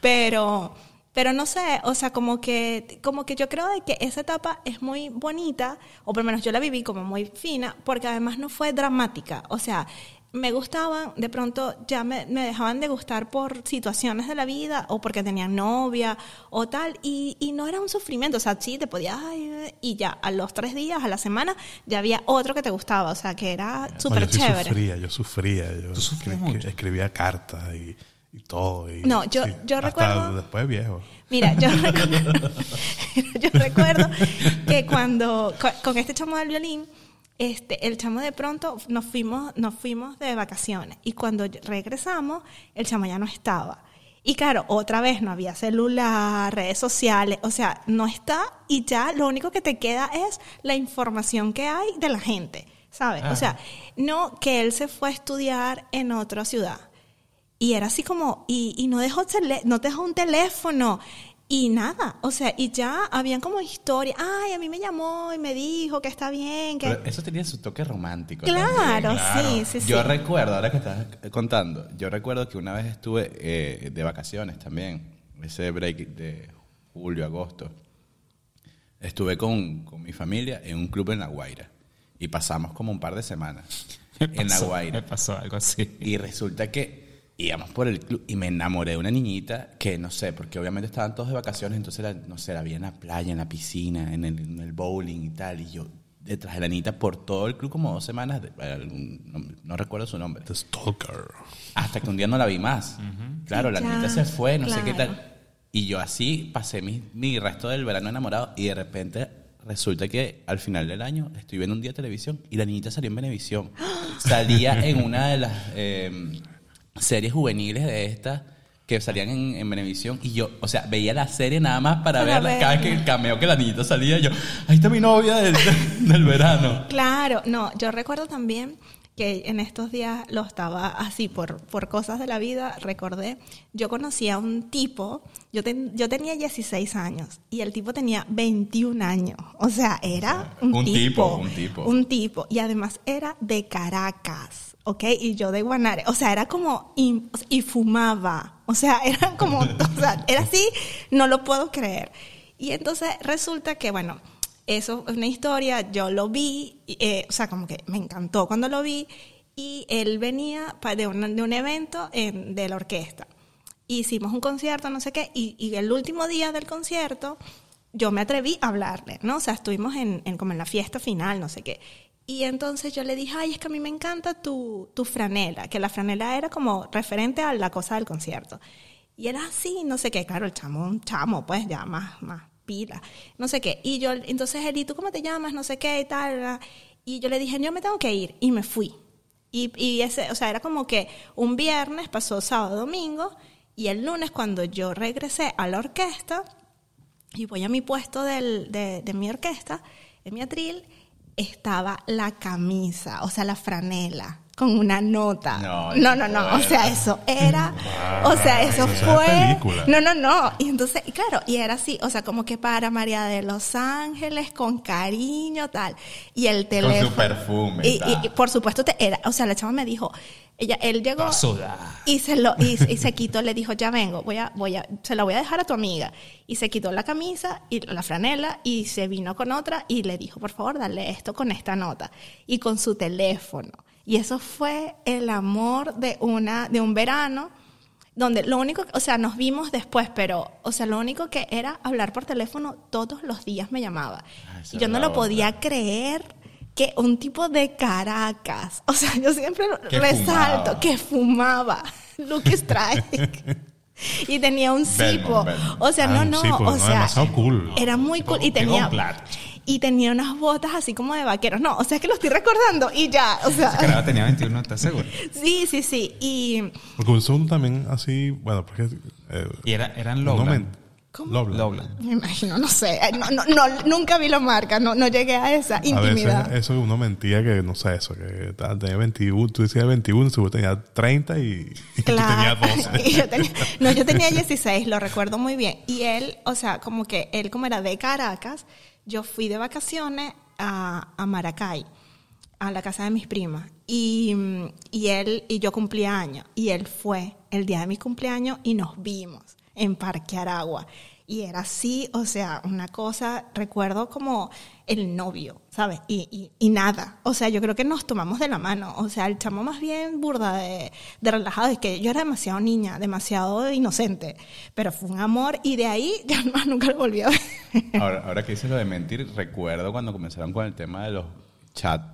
Speaker 2: Pero, pero no sé, o sea, como que, como que yo creo de que esa etapa es muy bonita, o por lo menos yo la viví como muy fina, porque además no fue dramática, o sea... Me gustaban, de pronto ya me, me dejaban de gustar por situaciones de la vida o porque tenían novia o tal, y, y no era un sufrimiento, o sea, sí, te podías, ay, eh, y ya a los tres días, a la semana, ya había otro que te gustaba, o sea, que era
Speaker 1: No,
Speaker 2: súper
Speaker 1: yo sí
Speaker 2: chévere.
Speaker 1: sufría, yo sufría. Yo
Speaker 4: ¿Tú sufrías
Speaker 1: escri-
Speaker 4: mucho?
Speaker 1: escribía cartas y, y todo. y-
Speaker 2: No, yo-
Speaker 1: sí,
Speaker 2: yo
Speaker 1: hasta
Speaker 2: recuerdo-
Speaker 1: después de viejo.
Speaker 2: Mira, yo (laughs) recuerdo, yo recuerdo que cuando co- con este chamo del violín, este, el chamo de pronto nos fuimos, nos fuimos de vacaciones y cuando regresamos, el chamo ya no estaba. Y claro, otra vez no había celular, redes sociales, o sea, no está y ya lo único que te queda es la información que hay de la gente, ¿sabes? O sea, no que él se fue a estudiar en otra ciudad. Y era así como, y, y no dejó, tele- no dejó un teléfono. Y nada, o sea, y ya habían como historias. Ay, a mí me llamó y me dijo que está bien, que...
Speaker 3: Pero eso tenía su toque romántico.
Speaker 2: Claro,
Speaker 3: también,
Speaker 2: sí, sí,
Speaker 3: Yo
Speaker 2: sí.
Speaker 3: recuerdo, ahora que estás contando, yo recuerdo que una vez estuve eh, de vacaciones también, ese break de julio, agosto. Estuve con, con mi familia en un club en La Guaira y pasamos como un par de semanas
Speaker 4: Me
Speaker 3: en La
Speaker 4: pasó-
Speaker 3: Guaira.
Speaker 4: Me pasó algo así.
Speaker 3: Y resulta que íbamos por el club y me enamoré de una niñita que no sé, porque obviamente estaban todos de vacaciones, entonces la- no sé, la vi en la playa, en la piscina, en el, en el bowling y tal, y yo detrás de la niñita por todo el club como dos semanas, de- algún- no, no recuerdo su nombre,
Speaker 1: The Stalker.
Speaker 3: hasta que un día no la vi más. Claro, la
Speaker 2: Ya,
Speaker 3: niñita se fue, no sé qué
Speaker 2: claro.
Speaker 3: tal. Y yo así pasé mi, mi resto del verano enamorado y de repente resulta que al final del año estoy viendo un día televisión y la niñita salió en Venevisión.
Speaker 2: (gasps)
Speaker 3: Salía en una de las eh, series juveniles de estas que salían en, en Venevisión y yo, o sea, veía la serie nada más para,
Speaker 2: Para
Speaker 3: verla. Cada
Speaker 2: verla.
Speaker 3: que el cameo que la niñita salía, yo, ahí está mi novia del, (laughs) del verano.
Speaker 2: Claro, no, yo recuerdo también que en estos días lo estaba así por, por cosas de la vida, recordé, yo conocí a un tipo, yo, ten- yo tenía 16 años y el tipo tenía 21 años, o sea, era un,
Speaker 3: Un tipo,
Speaker 2: tipo,
Speaker 3: un tipo.
Speaker 2: Un tipo, y además era de Caracas, ¿ok? Y yo de Guanare, o sea, era como, in- y fumaba, o sea, (laughs) era como, o sea, era así, no lo puedo creer. Y entonces resulta que, bueno, Eso es una historia, yo lo vi, y, eh, o sea, como que me encantó cuando lo vi, y él venía pa- de, un- de un evento en- de la orquesta. Hicimos un concierto, no sé qué, y, y el último día del concierto yo me atreví a hablarle, ¿no? O sea, estuvimos en, en como en la fiesta final, no sé qué. Y entonces yo le dije, ay, es que a mí me encanta tu, tu franela, que la franela era como referente a la cosa del concierto. Y era así, no sé qué, claro, el chamo, un chamo, pues ya más, más pila, no sé qué. Y yo, entonces él, ¿y tú cómo te llamas? No sé qué y tal. bla. Y yo le dije, yo me tengo que ir. Y me fui. Y, y ese, o sea, era como que un viernes pasó sábado, domingo, y el lunes cuando yo regresé a la orquesta, y voy a mi puesto del- de, de mi orquesta, en mi atril, estaba la camisa, o sea, la franela, con una nota.
Speaker 3: No,
Speaker 2: no, no, no, o sea, eso era, o sea, eso
Speaker 1: Eso es
Speaker 2: fue...
Speaker 1: película.
Speaker 2: No, no, no. Y entonces, y claro, y era así, o sea, como que para María de los Ángeles, con cariño, tal. Y el teléfono...
Speaker 3: perfume,
Speaker 2: Y,
Speaker 3: tal.
Speaker 2: y- y por supuesto, te era, o sea, la chama me dijo, ella, él llegó...
Speaker 4: Pa' sudar.
Speaker 2: Y se, lo, y, y se quitó, le dijo, ya vengo, voy a, voy a, se la voy a dejar a tu amiga. Y se quitó la camisa y la franela y se vino con otra y le dijo, por favor, dale esto con esta nota. Y con su teléfono. Y eso fue el amor de, una, de un verano donde lo único, o sea, nos vimos después, pero, o sea, lo único que era hablar por teléfono todos los días me llamaba.
Speaker 3: Ah, esa
Speaker 2: Y yo
Speaker 3: es
Speaker 2: no
Speaker 3: la
Speaker 2: lo podía creer que un tipo de Caracas, o sea, yo siempre lo-
Speaker 3: Que
Speaker 2: resalto
Speaker 3: fumaba.
Speaker 2: que fumaba (laughs) Luke Strike y tenía un cipo,
Speaker 3: Belmont.
Speaker 2: o sea,
Speaker 1: Ah,
Speaker 2: no, no,
Speaker 1: sí, porque
Speaker 2: o sea,
Speaker 1: demasiado cool.
Speaker 2: era muy cool y
Speaker 4: Llegó
Speaker 2: tenía
Speaker 4: un plato.
Speaker 2: y tenía unas botas así como de vaqueros, no, o sea, es que lo estoy recordando y ya, o
Speaker 3: (laughs)
Speaker 2: sea,
Speaker 4: Carajo, tenía 21, ¿estás seguro?
Speaker 2: sí, sí, sí, y
Speaker 1: Porque son también así, bueno, porque... eh,
Speaker 4: Y era, eran
Speaker 1: no
Speaker 4: Loblan.
Speaker 1: me-
Speaker 2: ¿Cómo?
Speaker 1: Loblan.
Speaker 4: Loblan.
Speaker 2: Me imagino, no sé. eh, No, no, no, nunca vi la marca, no, no llegué a esa
Speaker 1: A veces eh,
Speaker 2: intimidad.
Speaker 1: eso uno mentía que no sé eso, que tal, tenía 21, tú decías 21, tú tenía 30 y, y
Speaker 2: Claro.
Speaker 1: tú tenías 12.
Speaker 2: (laughs) Y yo tenía- no, yo tenía 16, lo recuerdo muy bien. Y él, o sea, como que él como era de Caracas, yo fui de vacaciones a, a Maracay, a la casa de mis primas. Y, mm, y él, y yo cumplía años. Y él fue el día de mi cumpleaños y nos vimos en Parque Aragua. Y era así, o sea, una cosa, recuerdo como el novio, ¿sabes? Y, y- y nada. O sea, yo creo que nos tomamos de la mano. O sea, el chamo más bien burda de, de relajado. Es que yo era demasiado niña, demasiado inocente. Pero fue un amor y de ahí (laughs) ya más nunca lo volví a ver.
Speaker 3: Ahora, ahora que dices lo de mentir, recuerdo cuando comenzaron con el tema de los chats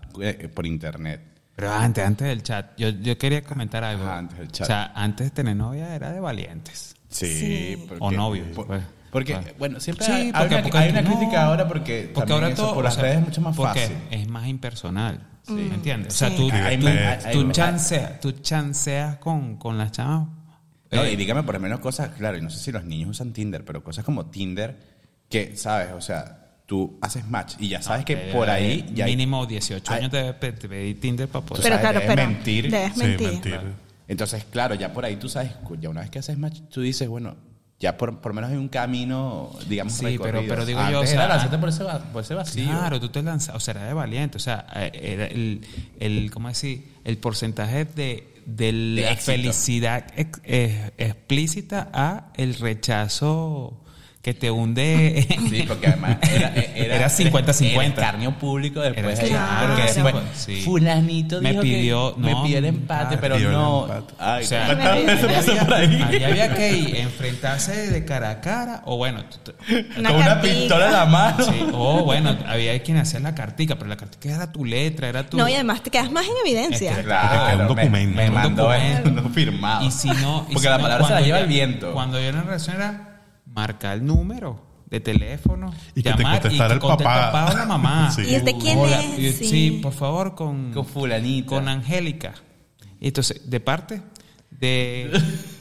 Speaker 3: por internet.
Speaker 4: Pero antes, antes del chat, yo, yo quería comentar algo.
Speaker 3: Ajá, antes del chat.
Speaker 4: O sea, antes de tener novia era de valientes.
Speaker 3: Sí,
Speaker 2: Sí.
Speaker 3: porque-
Speaker 4: O novios,
Speaker 3: por-
Speaker 4: pues.
Speaker 3: Porque,
Speaker 4: Vale.
Speaker 3: bueno, siempre
Speaker 4: Sí,
Speaker 3: hay, hay
Speaker 4: porque-
Speaker 3: una,
Speaker 4: porque
Speaker 3: hay una
Speaker 4: no.
Speaker 3: crítica ahora porque,
Speaker 4: Porque
Speaker 3: también
Speaker 4: ahora
Speaker 3: eso
Speaker 4: todo
Speaker 3: por
Speaker 4: o
Speaker 3: las
Speaker 4: sea,
Speaker 3: redes es mucho más
Speaker 4: porque
Speaker 3: fácil.
Speaker 4: Es más impersonal.
Speaker 3: Sí.
Speaker 4: ¿Me entiendes? O
Speaker 2: Sí.
Speaker 4: sea, tú,
Speaker 1: Hay-
Speaker 4: tú-
Speaker 1: hay-
Speaker 4: tú
Speaker 3: hay-
Speaker 4: chanceas, tú chanceas con, con las chamas.
Speaker 3: No,
Speaker 4: Eh,
Speaker 3: y dígame por lo menos cosas, claro, y no sé si los niños usan Tinder, pero cosas como Tinder que, ¿sabes? O sea, tú haces match y ya sabes que
Speaker 4: eh,
Speaker 3: por ahí ya hay-
Speaker 4: mínimo 18
Speaker 3: hay-
Speaker 4: años te, pe- te pedí Tinder para
Speaker 3: Tú
Speaker 4: poder.
Speaker 2: Pero
Speaker 3: sabes,
Speaker 2: claro,
Speaker 3: debes
Speaker 2: pero.
Speaker 3: mentir.
Speaker 2: debes
Speaker 1: Sí,
Speaker 2: mentir.
Speaker 1: mentir.
Speaker 3: Entonces, claro, ya por ahí tú sabes, ya una vez que haces match, tú dices, bueno, ya por, por lo menos hay un camino, digamos,
Speaker 4: Sí,
Speaker 3: recorrido.
Speaker 4: pero- pero digo yo,
Speaker 3: Antes
Speaker 4: o sea,
Speaker 3: era lanzarte por ese, va- por ese vacío.
Speaker 4: Claro, tú te lanzas, o sea, era de valiente, o sea, eh, era el, el ¿cómo decir? El porcentaje de, de la
Speaker 3: éxito.
Speaker 4: felicidad ex- eh, explícita a el rechazo que te hunde. (laughs)
Speaker 3: Sí, porque además era, era,
Speaker 4: Era 50-50.
Speaker 3: era escarnio público después.
Speaker 4: Era
Speaker 3: ahí,
Speaker 2: claro.
Speaker 3: porque después,
Speaker 4: Claro. Sí.
Speaker 3: fulanito
Speaker 4: Me
Speaker 3: dijo que
Speaker 4: pidió-
Speaker 3: me
Speaker 4: no,
Speaker 3: pidió el empate,
Speaker 4: claro.
Speaker 3: pero
Speaker 1: Pidió el
Speaker 3: no.
Speaker 1: empate.
Speaker 3: Ay,
Speaker 4: O sea,
Speaker 3: ¿cuántas
Speaker 4: ahí
Speaker 3: veces pasó por
Speaker 4: había,
Speaker 3: ahí?
Speaker 4: ahí había que ir, enfrentarse de cara a cara, o bueno, tú te-
Speaker 2: Una
Speaker 3: Con una
Speaker 2: cartica.
Speaker 3: pistola en la mano.
Speaker 4: sí, o bueno, había quien hacía la cartica, pero la cartica era tu letra, era tu...
Speaker 2: No, y además te quedas más en evidencia.
Speaker 4: Este,
Speaker 1: Era un
Speaker 3: me-
Speaker 1: documento.
Speaker 3: Me,
Speaker 1: Un
Speaker 3: mandó
Speaker 4: documento.
Speaker 3: el- firmado.
Speaker 4: Y si no. y
Speaker 3: Porque
Speaker 4: si
Speaker 3: la
Speaker 4: no,
Speaker 3: palabra se la
Speaker 4: cuando
Speaker 3: lleva
Speaker 4: ya-
Speaker 3: el viento.
Speaker 4: Cuando yo era en relación era marcar el número de teléfono,
Speaker 1: Y que te
Speaker 4: llamar
Speaker 1: contestara
Speaker 4: y que
Speaker 1: el
Speaker 4: conteste
Speaker 1: papá.
Speaker 4: o la mamá.
Speaker 1: (laughs) Sí.
Speaker 2: ¿Y este
Speaker 4: Uy,
Speaker 2: quién
Speaker 4: hola.
Speaker 2: es?
Speaker 4: Y yo,
Speaker 2: Sí.
Speaker 4: sí. por favor, con,
Speaker 3: Con fulanito.
Speaker 4: con Angélica. Y Entonces, de parte de,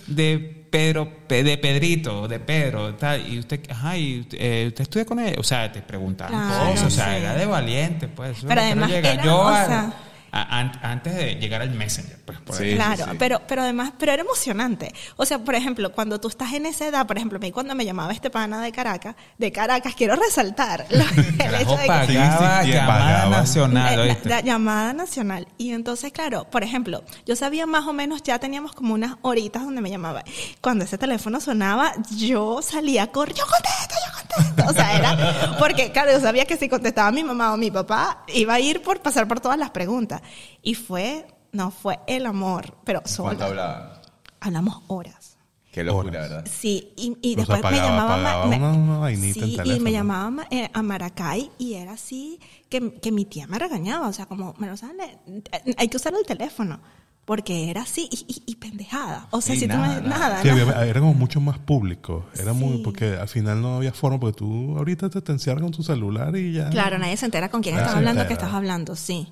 Speaker 4: de Pedro, pe- de Pedrito, de Pedro, tal, y usted, ajá, y usted, eh, usted estudia con él, o sea, te preguntaban
Speaker 2: Claro,
Speaker 4: cosas, o sea,
Speaker 2: sí.
Speaker 4: era de valiente, pues. eso es
Speaker 2: Pero
Speaker 4: lo que no
Speaker 2: además
Speaker 4: llega.
Speaker 2: era,
Speaker 4: yo
Speaker 2: o
Speaker 4: a-
Speaker 2: sea,
Speaker 4: a- an- antes de llegar al Messenger. Pues, por ahí.
Speaker 3: Sí,
Speaker 2: claro,
Speaker 3: sí, sí.
Speaker 2: pero pero además, pero era emocionante. O sea, por ejemplo, cuando tú estás en esa edad, por ejemplo, a mí cuando me llamaba este pana de Caracas, de Caracas, quiero resaltar
Speaker 3: (laughs)
Speaker 2: lo- el
Speaker 4: Carajo,
Speaker 2: hecho de que Eh,
Speaker 4: pagaba
Speaker 1: Sí, sí,
Speaker 4: llamada
Speaker 1: pagaban.
Speaker 4: nacional,
Speaker 2: la- la,
Speaker 4: ¿oíste?
Speaker 2: la llamada nacional. Y entonces, claro, por ejemplo, yo sabía más o menos, ya teníamos como unas horitas donde me llamaba. Cuando ese teléfono sonaba, yo salía a correr, yo contesto, yo contesto. O sea, era porque, claro, yo sabía que si contestaba mi mamá o mi papá, iba a ir por pasar por todas las preguntas. Y fue, no, fue el amor, pero
Speaker 3: ¿Cuánto
Speaker 2: solo.
Speaker 3: hablaba?
Speaker 2: Hablamos horas.
Speaker 3: Qué locura,
Speaker 1: Horas.
Speaker 3: ¿verdad?
Speaker 2: Sí, y, y
Speaker 1: Los
Speaker 2: después
Speaker 1: apagaba,
Speaker 2: me llamaba,
Speaker 1: apagaba
Speaker 2: ma-
Speaker 1: una- una vainita en
Speaker 2: sí, y
Speaker 1: teléfono.
Speaker 2: me llamaba ma- eh, a Maracay y era así que, que mi tía me regañaba, o sea, como, me lo saben, eh, eh, hay que usar el teléfono, porque era así y, y- y pendejada, o sea,
Speaker 3: Sí,
Speaker 2: si tú
Speaker 3: nada,
Speaker 2: me,
Speaker 3: nada.
Speaker 2: nada,
Speaker 1: Sí,
Speaker 2: nada.
Speaker 1: había- era como mucho más público. Era muy,
Speaker 2: Sí.
Speaker 1: porque al final no había forma, porque tú ahorita te, te encierras con tu celular y ya.
Speaker 2: Claro, nadie se entera con quién
Speaker 1: Nadie
Speaker 2: estás
Speaker 1: se
Speaker 2: hablando,
Speaker 1: entera.
Speaker 2: qué estás hablando, sí.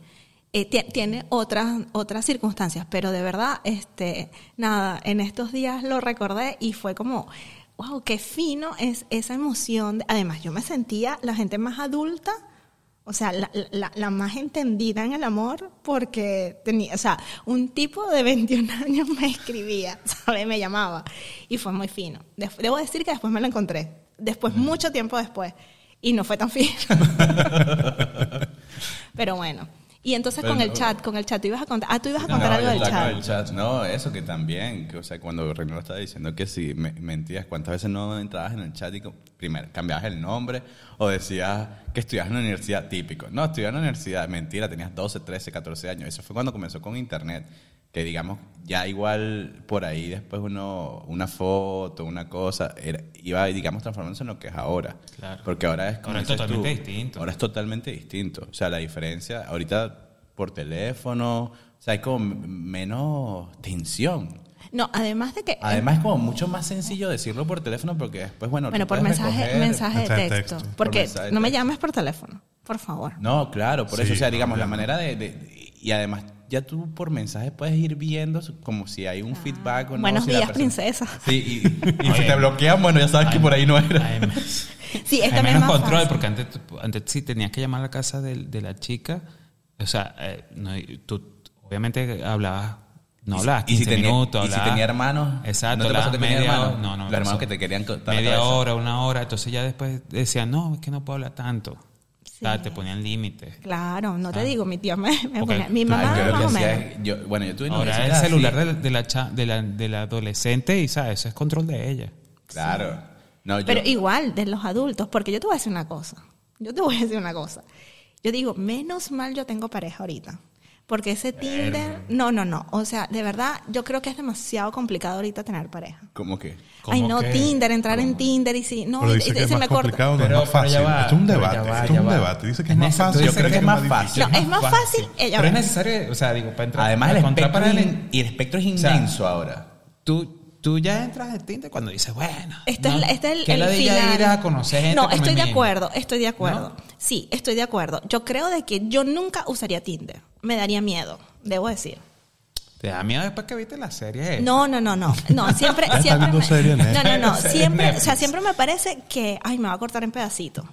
Speaker 2: Eh, tie- tiene otras, otras circunstancias, pero de verdad, este, nada, en estos días lo recordé y fue como, wow, qué fino es esa emoción. Además, yo me sentía la gente más adulta, o sea, la, la- la más entendida en el amor, porque tenía, o sea, un tipo de 21 (laughs) años me escribía, ¿sabes? Me llamaba y fue muy fino. Def- Debo decir que después me lo encontré, después, mucho tiempo después, y no fue tan
Speaker 3: (laughs)
Speaker 2: fino. Pero bueno. Y entonces
Speaker 3: Pero
Speaker 2: con el
Speaker 3: no-
Speaker 2: chat, con el chat, tú ibas a contar. Ah, tú ibas a
Speaker 3: No,
Speaker 2: contar algo
Speaker 3: yo
Speaker 2: del
Speaker 3: estaba
Speaker 2: chat.
Speaker 3: con el chat. No, eso que también, que, o sea, cuando Renelo estaba diciendo que si me- mentías, ¿cuántas veces no entrabas en el chat y como, primero cambiabas el nombre o decías que estudiabas en la universidad? Típico. No, estudiaba en la universidad, mentira, tenías 12, 13, 14 años. Eso fue cuando comenzó con internet, que digamos, ya igual por ahí después uno, una foto, una cosa, era- iba, digamos, transformándose en lo que es ahora.
Speaker 4: Claro.
Speaker 3: Porque ahora es como
Speaker 4: Ahora es
Speaker 3: dices tú,
Speaker 4: totalmente distinto.
Speaker 3: Ahora es totalmente distinto. O sea, la diferencia, ahorita por teléfono, o sea, hay como m- menos tensión.
Speaker 2: No, además de que.
Speaker 3: Además, es como mucho más sencillo decirlo por teléfono porque después, bueno,
Speaker 2: bueno,
Speaker 3: tú
Speaker 2: por
Speaker 3: puedes
Speaker 2: mensaje,
Speaker 3: recoger-
Speaker 2: mensaje
Speaker 1: Mensaje
Speaker 2: de
Speaker 1: de
Speaker 2: texto.
Speaker 1: texto.
Speaker 2: Porque
Speaker 3: Por mensaje de
Speaker 2: no me
Speaker 3: texto.
Speaker 2: llames por teléfono, por favor.
Speaker 3: No, claro, por eso,
Speaker 1: Sí,
Speaker 3: o sea, digamos, la
Speaker 1: claro.
Speaker 3: manera de, de- Y además, ya tú por mensaje puedes ir viendo su- como si hay un feedback o no.
Speaker 2: Buenos
Speaker 3: si la
Speaker 2: días,
Speaker 3: persona-
Speaker 2: princesa.
Speaker 3: Sí, y, y si
Speaker 4: Oye.
Speaker 3: te bloquean, bueno, ya sabes que por ahí no era.
Speaker 4: Hay me-
Speaker 2: Sí,
Speaker 4: hay
Speaker 2: es también
Speaker 4: menos
Speaker 2: más
Speaker 4: control,
Speaker 2: fácil.
Speaker 4: porque antes, tú- antes sí tenías que llamar a la casa de, de la chica. O sea, eh, no, y tú obviamente hablabas, no
Speaker 3: Y si-
Speaker 4: hablabas
Speaker 3: y si
Speaker 4: 15
Speaker 3: tenía-
Speaker 4: minutos.
Speaker 3: y si
Speaker 4: hablabas-
Speaker 3: tenía hermanos,
Speaker 4: Exacto,
Speaker 3: ¿no te
Speaker 4: hablabas
Speaker 3: pasó que tenías
Speaker 4: media
Speaker 3: hermanos?
Speaker 4: hora- No, no.
Speaker 3: Los
Speaker 4: me
Speaker 3: hermanos
Speaker 4: pasó.
Speaker 3: que te querían cortar la
Speaker 4: Media
Speaker 3: cabeza.
Speaker 4: hora, una hora. Entonces ya después decían, no, es que no puedo hablar tanto.
Speaker 2: Sí.
Speaker 4: Ah, te ponían límites.
Speaker 2: Claro, no te
Speaker 4: Ah.
Speaker 2: digo, mi tía me, me
Speaker 4: Porque-
Speaker 2: ponía- Mi
Speaker 4: Ay,
Speaker 2: mamá,
Speaker 3: Ay, yo lo
Speaker 2: más
Speaker 3: que
Speaker 2: o
Speaker 3: hacía
Speaker 2: menos.
Speaker 3: es- yo- bueno, yo tuve
Speaker 4: Ahora el
Speaker 3: noviecitas
Speaker 4: celular
Speaker 3: así.
Speaker 4: de, de la cha- de, la, de la adolescente y, ¿sabes? Eso es control de ella.
Speaker 3: Claro. No, yo-
Speaker 2: Pero igual, de los adultos, porque yo te voy a decir una cosa. Yo te voy a decir una cosa. Yo digo, menos mal yo tengo pareja ahorita. Porque ese Tinder. No, no, no. O sea, de verdad, yo creo que es demasiado complicado ahorita tener pareja.
Speaker 3: ¿Cómo que?
Speaker 2: Ay,
Speaker 4: ¿Cómo
Speaker 2: no,
Speaker 4: qué?
Speaker 2: Tinder, entrar en Tinder y si. No,
Speaker 1: Pero
Speaker 2: y,
Speaker 1: dice
Speaker 2: y-
Speaker 1: que
Speaker 2: y
Speaker 1: es
Speaker 2: se
Speaker 1: más
Speaker 2: me corta.
Speaker 1: complicado, no es más fácil. esto es un debate, esto es un debate. Dice que es más fácil.
Speaker 3: Yo creo que es más
Speaker 1: difícil.
Speaker 3: fácil.
Speaker 2: No, es más fácil ella
Speaker 4: Pero es
Speaker 2: va.
Speaker 4: necesario, o sea, digo, para entrar.
Speaker 3: Además, el
Speaker 4: para encontrar
Speaker 3: espectro, es
Speaker 4: pareja,
Speaker 3: in- y el espectro es
Speaker 4: O sea,
Speaker 3: inmenso ahora.
Speaker 4: tú, tú ya entras en Tinder cuando dices, bueno.
Speaker 2: Este es,
Speaker 4: ¿no?
Speaker 2: la- este es el,
Speaker 4: ¿Qué
Speaker 2: el
Speaker 4: la de ya
Speaker 2: final.
Speaker 4: ir a conocer gente
Speaker 2: No,
Speaker 4: con
Speaker 2: estoy de
Speaker 4: mi-
Speaker 2: acuerdo, estoy de acuerdo.
Speaker 4: ¿No?
Speaker 2: Sí, estoy de acuerdo. Yo creo de que yo nunca usaría Tinder. Me daría miedo, debo decir.
Speaker 4: Te da miedo después que viste la serie.
Speaker 2: No, no, no, no. No, siempre,
Speaker 1: Ya está
Speaker 2: siempre.
Speaker 1: viendo serie en
Speaker 2: me, no, no,
Speaker 4: Netflix.
Speaker 2: no.
Speaker 4: Serie en
Speaker 2: Siempre, o sea,
Speaker 4: Netflix.
Speaker 2: siempre me parece que, ay, me va a cortar en pedacitos.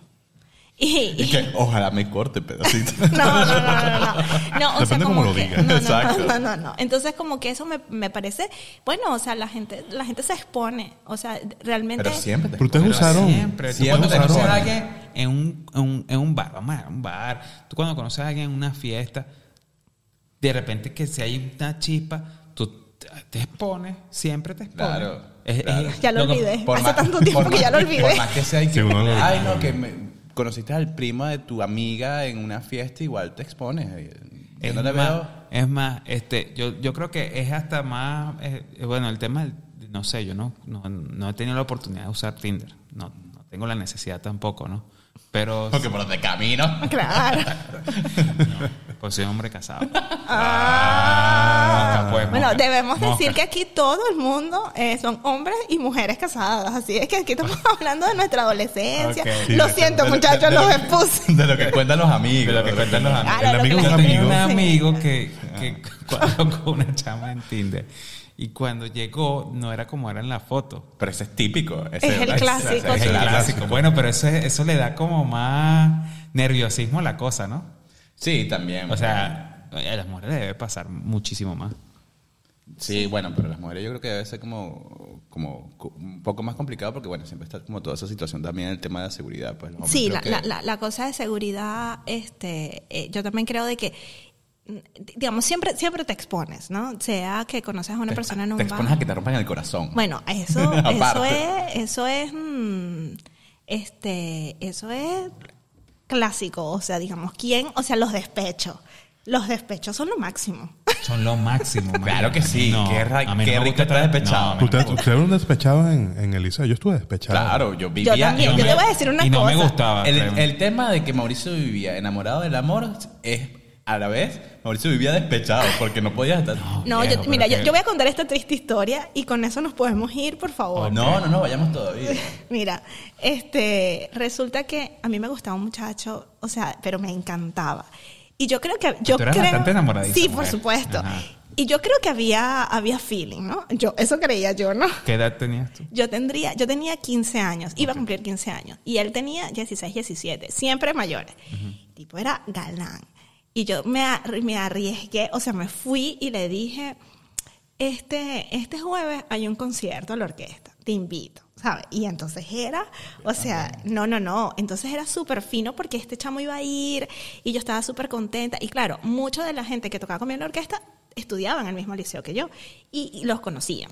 Speaker 2: Y,
Speaker 3: Y
Speaker 2: y-
Speaker 3: que ojalá me corte pedacito.
Speaker 2: (laughs) no, no, no, no, no. No, o
Speaker 1: Depende
Speaker 2: sea, como
Speaker 1: cómo lo
Speaker 2: que-
Speaker 1: diga.
Speaker 2: No, no,
Speaker 3: Exacto.
Speaker 2: No, no, no. Entonces, como que eso me, me parece, bueno, o sea, la gente, la gente se expone. O sea, realmente.
Speaker 3: Pero siempre te
Speaker 1: Pero ustedes
Speaker 4: Pero
Speaker 1: usaron.
Speaker 4: Siempre. Tú
Speaker 3: Siempre
Speaker 4: cuando conoces
Speaker 3: usaron.
Speaker 4: a alguien en un, en, un, en un bar, vamos a ver, un bar. Tú cuando conoces a alguien en una fiesta, de repente que si hay una chispa, tú te- te expones, siempre te expones.
Speaker 3: Claro,
Speaker 4: Es- es-
Speaker 3: claro.
Speaker 2: Ya lo
Speaker 4: que-
Speaker 2: olvidé.
Speaker 3: Por
Speaker 2: Hace
Speaker 3: más-
Speaker 2: tanto tiempo
Speaker 3: por
Speaker 2: que ya
Speaker 3: más-
Speaker 2: lo olvidé.
Speaker 3: Por más que sea y que-
Speaker 1: Sí, uno lo-
Speaker 3: Ay, no, que me- conociste al primo de tu amiga en una fiesta, igual te expones. Yo
Speaker 4: Es,
Speaker 3: no le
Speaker 4: más,
Speaker 3: veo.
Speaker 4: es más, este, yo, yo creo que es hasta más, eh, eh, bueno, el tema, del- no sé, yo no, no, no he tenido la oportunidad de usar Tinder, no, no tengo la necesidad tampoco, ¿no? Pero
Speaker 3: Porque por donde camino.
Speaker 2: (laughs) Claro.
Speaker 4: pues soy un hombre casado.
Speaker 2: Ah.
Speaker 4: Ah, pues,
Speaker 2: Bueno,
Speaker 4: mosca,
Speaker 2: debemos decir
Speaker 4: mosca.
Speaker 2: que aquí todo el mundo eh, son hombres y mujeres casadas, así es que aquí
Speaker 3: (laughs)
Speaker 2: estamos hablando de nuestra adolescencia.
Speaker 4: Ok.
Speaker 1: Sí,
Speaker 2: (laughs) lo
Speaker 1: de-
Speaker 2: siento,
Speaker 3: de- de-
Speaker 2: muchachos,
Speaker 3: de-
Speaker 2: los
Speaker 3: de-
Speaker 2: expuse.
Speaker 3: (laughs) De lo que cuentan los amigos.
Speaker 4: De lo que cuentan los amigos.
Speaker 2: Claro,
Speaker 1: El
Speaker 2: lo
Speaker 1: (laughs) amigo
Speaker 2: que
Speaker 1: es
Speaker 2: la
Speaker 1: un amigo. Ah.
Speaker 2: gente dice.
Speaker 4: Tenía un amigo que, que (laughs) cuadró con una chama en Tinder. Y cuando llegó, no era como era en la foto.
Speaker 3: Pero ese es típico. ese
Speaker 2: Es el
Speaker 3: ¿verdad?
Speaker 2: clásico,
Speaker 3: Ese
Speaker 4: Es
Speaker 2: sí.
Speaker 4: el clásico. Bueno, pero eso, es- eso le da como más nerviosismo a la cosa, ¿no?
Speaker 3: Sí, también.
Speaker 4: O sea, A las mujeres les debe pasar muchísimo más.
Speaker 3: Sí, bueno, pero las mujeres yo creo que debe ser como, como co- un poco más complicado porque, bueno, siempre está como toda esa situación también el tema de la seguridad. Pues, los hombres
Speaker 2: Sí,
Speaker 3: creo
Speaker 2: la,
Speaker 3: que-
Speaker 2: la- la- la cosa de seguridad, este, eh, yo también creo de que, mm, digamos, siempre, siempre te expones, ¿no? Sea que conoces a una
Speaker 3: te-
Speaker 2: persona en un
Speaker 3: Te
Speaker 2: bar.
Speaker 3: expones a que te rompan el corazón.
Speaker 2: Bueno,
Speaker 4: (laughs)
Speaker 2: eso, eso
Speaker 3: Aparte.
Speaker 2: es, eso es, mm, este, eso es clásico, o sea, digamos, ¿quién? O sea, los despechos. Los despechos son lo máximo.
Speaker 4: Son lo máximo. marico.
Speaker 3: (laughs) Claro que sí, qué ra-
Speaker 4: a mí no
Speaker 3: qué
Speaker 4: me
Speaker 3: rico
Speaker 4: gusta
Speaker 3: estar
Speaker 4: tanto.
Speaker 3: despechado.
Speaker 4: No, a mí no me
Speaker 1: Ustedes
Speaker 4: gusta.
Speaker 1: ustedes fueron despechados en, en el liceo. Yo estuve despechado.
Speaker 3: Claro, yo vivía...
Speaker 2: Yo también, yo
Speaker 4: me-
Speaker 2: te voy a decir una
Speaker 4: y no me
Speaker 2: cosa.
Speaker 4: gustaba.
Speaker 3: El,
Speaker 4: pero-
Speaker 3: el tema de que Mauricio vivía enamorado del amor es a la vez Mauricio vivía despechado porque no podías estar.
Speaker 2: No,
Speaker 3: Viejo,
Speaker 2: yo, mira,
Speaker 3: pero
Speaker 2: yo,
Speaker 3: que-
Speaker 2: yo voy a contar esta triste historia y con eso nos podemos ir, por
Speaker 4: Oh,
Speaker 2: favor.
Speaker 3: No, no, no, vayamos todavía.
Speaker 2: Mira, este, resulta que a mí me gustaba un muchacho, o sea, pero me encantaba. Y yo creo que yo
Speaker 4: Tú eras
Speaker 2: creo-
Speaker 4: bastante enamoradiza,
Speaker 2: Sí, por
Speaker 4: mujer.
Speaker 2: supuesto.
Speaker 4: Ajá.
Speaker 2: Y yo creo que había había feeling, ¿no? Yo eso creía yo, ¿no?
Speaker 4: ¿Qué edad tenías tú?
Speaker 2: Yo tendría, yo tenía 15 años, iba a cumplir 15 años, y él tenía 16, 17, siempre mayores. Tipo, era galán. Y yo me, ar- me arriesgué, o sea, me fui y le dije, este, este jueves hay un concierto a la orquesta, te invito, ¿sabes? Y entonces era, o sea, no, no, no, entonces era súper fino porque este chamo iba a ir y yo estaba súper contenta. Y claro, mucha de la gente que tocaba conmigo en la orquesta estudiaban en el mismo liceo que yo y- y los conocía.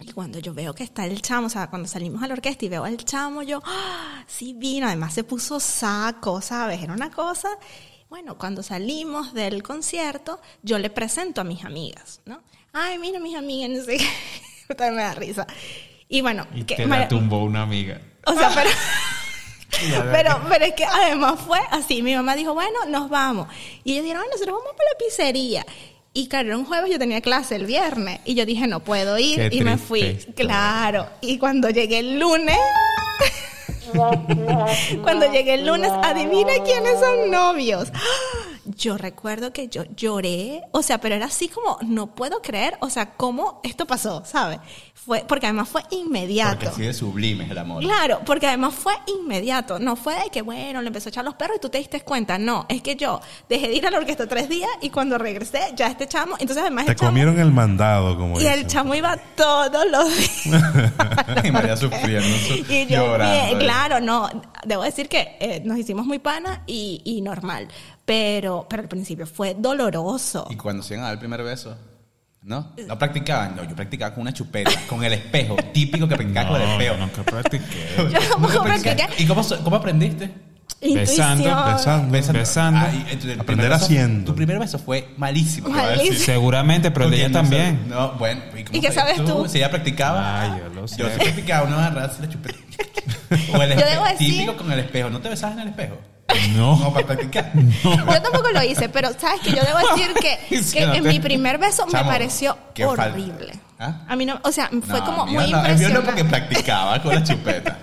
Speaker 2: Y cuando yo veo que está el chamo, o sea, cuando salimos a la orquesta y veo al chamo, yo, ¡ah! sí vino, además se puso saco, ¿sabes? Era una cosa. Bueno, cuando salimos del concierto, yo le presento a mis amigas, ¿no? Ay, mira mis amigas, no sé qué. (laughs) Todavía me da risa. Y bueno,
Speaker 4: Y
Speaker 2: que-
Speaker 4: te
Speaker 2: Mara-
Speaker 4: la tumbó una amiga.
Speaker 2: o sea,
Speaker 4: (laughs)
Speaker 2: pero, pero, pero es que además fue así. Mi mamá dijo, bueno, nos vamos. Y ellos dijeron, "Ay, nosotros vamos para la pizzería. Y claro, era un jueves, yo tenía clase el viernes. Y yo dije, no puedo ir.
Speaker 4: Qué
Speaker 2: y me
Speaker 4: triste
Speaker 2: fui.
Speaker 4: historia.
Speaker 2: Claro. Y cuando llegué el lunes. (laughs) cuando llegué el lunes, adivina quiénes son novios. (gasps) Yo recuerdo que yo lloré, o sea, pero era así como, no puedo creer, o sea, cómo esto pasó, ¿sabes? Fue, porque además fue inmediato.
Speaker 3: Porque así de sublime es el amor.
Speaker 2: Claro, porque además fue inmediato. No fue de que, bueno, le empezó a echar los perros y tú te diste cuenta. No, es que yo dejé de ir a la orquesta tres días y cuando regresé, ya este chamo. Entonces, además,
Speaker 1: Te
Speaker 2: el chamo-
Speaker 1: comieron el mandado, como
Speaker 2: Y el
Speaker 1: dicen.
Speaker 2: chamo iba todos los días.
Speaker 3: (laughs)
Speaker 1: (laughs)
Speaker 3: y María sufriendo, su-
Speaker 2: (laughs) Y yo,
Speaker 3: llorando.
Speaker 1: eh".
Speaker 2: bien, claro, no, debo decir que eh, nos hicimos muy pana y, y normal, pero, pero al principio fue doloroso.
Speaker 3: Y cuando se iban a dar el primer beso, ¿no? ¿No practicaban? No, yo practicaba con una chupeta, con el espejo, (laughs) típico que practicaba con el espejo. (laughs)
Speaker 4: nunca practiqué.
Speaker 2: Yo tampoco
Speaker 3: practicaba.
Speaker 2: practiqué.
Speaker 3: ¿Y cómo, so- cómo aprendiste?
Speaker 2: Intuición.
Speaker 4: Besando,
Speaker 1: besando.
Speaker 4: Besando.
Speaker 3: Ahí, entonces, el primer
Speaker 1: Aprender
Speaker 3: beso-
Speaker 1: haciendo.
Speaker 3: Tu primer beso fue malísimo. te voy a decir.
Speaker 2: Malísimo.
Speaker 4: Seguramente, pero el de ella
Speaker 3: Porque no
Speaker 4: también.
Speaker 3: sabe- No, bueno. ¿Y, cómo
Speaker 2: ¿Y qué
Speaker 3: sabías
Speaker 2: sabes tú?
Speaker 3: Si ella practicaba.
Speaker 4: Ah, yo lo sé.
Speaker 3: Yo sí practicaba, uno agarraba así la
Speaker 4: (laughs)
Speaker 3: chupeta. O el
Speaker 2: Yo
Speaker 3: espe-
Speaker 2: debo decir-
Speaker 3: Típico con el espejo. ¿No te besabas en el espejo?
Speaker 4: No.
Speaker 3: No, para
Speaker 4: (laughs)
Speaker 3: practicar. (laughs)
Speaker 2: Yo tampoco lo hice, pero sabes que yo debo decir que,
Speaker 4: Sí,
Speaker 2: que
Speaker 4: no
Speaker 2: en
Speaker 4: te-
Speaker 2: mi primer beso
Speaker 3: Chamo,
Speaker 2: me pareció
Speaker 3: qué falta.
Speaker 2: horrible.
Speaker 3: ¿Ah?
Speaker 2: A mí no, o sea, fue
Speaker 3: No,
Speaker 2: como
Speaker 3: el mío
Speaker 2: muy
Speaker 3: no, el mío no porque
Speaker 2: impresionante.
Speaker 3: practicaba con la chupeta.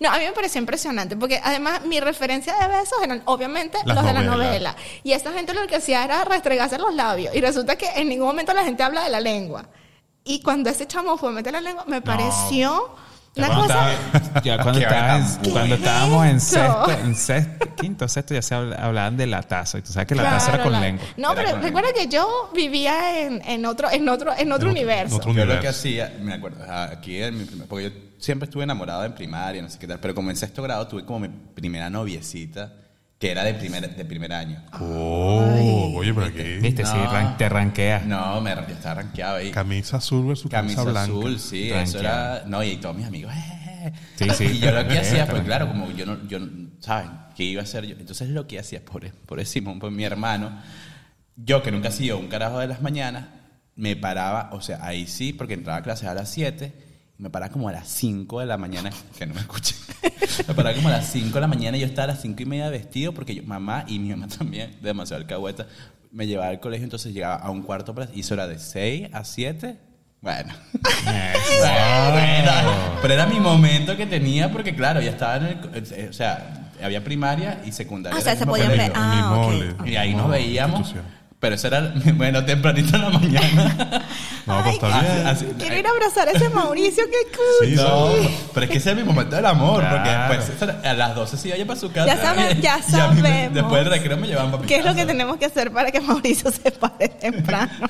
Speaker 2: No, a mí me pareció impresionante porque además mi referencia de besos eran obviamente
Speaker 1: Las
Speaker 2: los de la
Speaker 1: novelas.
Speaker 2: novela. Y esta gente lo que hacía era restregarse los labios. Y resulta que en ningún momento la gente habla de la lengua. Y cuando ese chamo fue a meter la lengua, me pareció una
Speaker 4: Ya cuando,
Speaker 2: cosa.
Speaker 3: (laughs)
Speaker 4: estaba- ya cuando,
Speaker 3: Qué
Speaker 4: estaba en-
Speaker 3: bacán.
Speaker 4: cuando
Speaker 2: ¿Qué
Speaker 4: estábamos en
Speaker 2: es
Speaker 4: sexto,
Speaker 2: esto?
Speaker 4: en sexto, quinto, sexto, ya se habl- hablaban de latazo. Y tú sabes que la taza era
Speaker 2: Claro,
Speaker 4: con
Speaker 2: la-
Speaker 4: lengua.
Speaker 2: No,
Speaker 3: Era
Speaker 2: pero
Speaker 3: con
Speaker 2: recuerda que yo vivía en, en otro, en otro, en otro universo.
Speaker 1: otro
Speaker 3: Yo lo
Speaker 1: universo.
Speaker 3: que hacía, me acuerdo, o sea, aquí en mi primer- porque yo siempre estuve enamorado en primaria, no sé qué tal, pero como en sexto grado tuve como mi primera noviecita, que era de primer, de primer año.
Speaker 1: Oh, oye, pero aquí.
Speaker 4: Viste, sí,
Speaker 3: No.
Speaker 4: ran- te ranqueas.
Speaker 3: No, me, yo estaba rankeado ahí.
Speaker 1: Camisa azul versus
Speaker 3: Camisa
Speaker 1: camisa, blanca.
Speaker 3: azul, sí, eso
Speaker 4: Tranquila.
Speaker 3: era. No, y todos mis amigos. eh, eh, eh.
Speaker 4: Sí, sí,
Speaker 3: Y yo lo que
Speaker 4: tranquila,
Speaker 3: hacía, pues
Speaker 4: tranquila.
Speaker 3: claro, como yo no, yo no- ¿saben? ¿Qué iba a hacer yo? Entonces lo que hacía, pobre, pobre Simón, pues mi hermano, yo que nunca he sido un carajo de las mañanas, me paraba, o sea, ahí sí, porque entraba a clases a las 7, y me paraba como a las 5 de la mañana, (laughs) que no me escuché. Me paraba como a las 5 de la mañana y yo estaba a las 5 y media vestido porque yo- mamá y mi mamá (laughs) también, demasiado alcahueta, me llevaba al colegio, entonces llegaba a un cuarto para las- y eso era de 6 a 7. Bueno. Era- Pero era mi momento que tenía porque, claro, ya estaba en el... co- eh, O sea, había primaria y secundaria.
Speaker 2: Ah, o
Speaker 3: en el
Speaker 2: sea, se
Speaker 3: mismo
Speaker 2: podían
Speaker 3: colegio.
Speaker 2: ver. Ah,
Speaker 1: mismo
Speaker 2: ok.
Speaker 1: ole.
Speaker 3: Y ahí
Speaker 1: Mismo
Speaker 3: nos veíamos.
Speaker 1: institución.
Speaker 3: Pero eso era, (laughs) bueno, tempranito en la mañana.
Speaker 1: No, pues
Speaker 2: Ay,
Speaker 1: está bien.
Speaker 3: Así- eh,
Speaker 2: Quiero ir a abrazar a ese Mauricio, qué cool.
Speaker 1: Sí,
Speaker 3: No,
Speaker 1: sí.
Speaker 3: pero es que ese es mi momento del amor,
Speaker 4: Claro.
Speaker 3: porque después a las 12 sí vaya para su casa.
Speaker 2: Ya saben- ya
Speaker 3: (laughs) Y a mí me-
Speaker 2: sabemos.
Speaker 3: después del recreo me llevan para mi
Speaker 2: ¿Qué es lo
Speaker 3: casa.
Speaker 2: que tenemos que hacer para que Mauricio se pare temprano?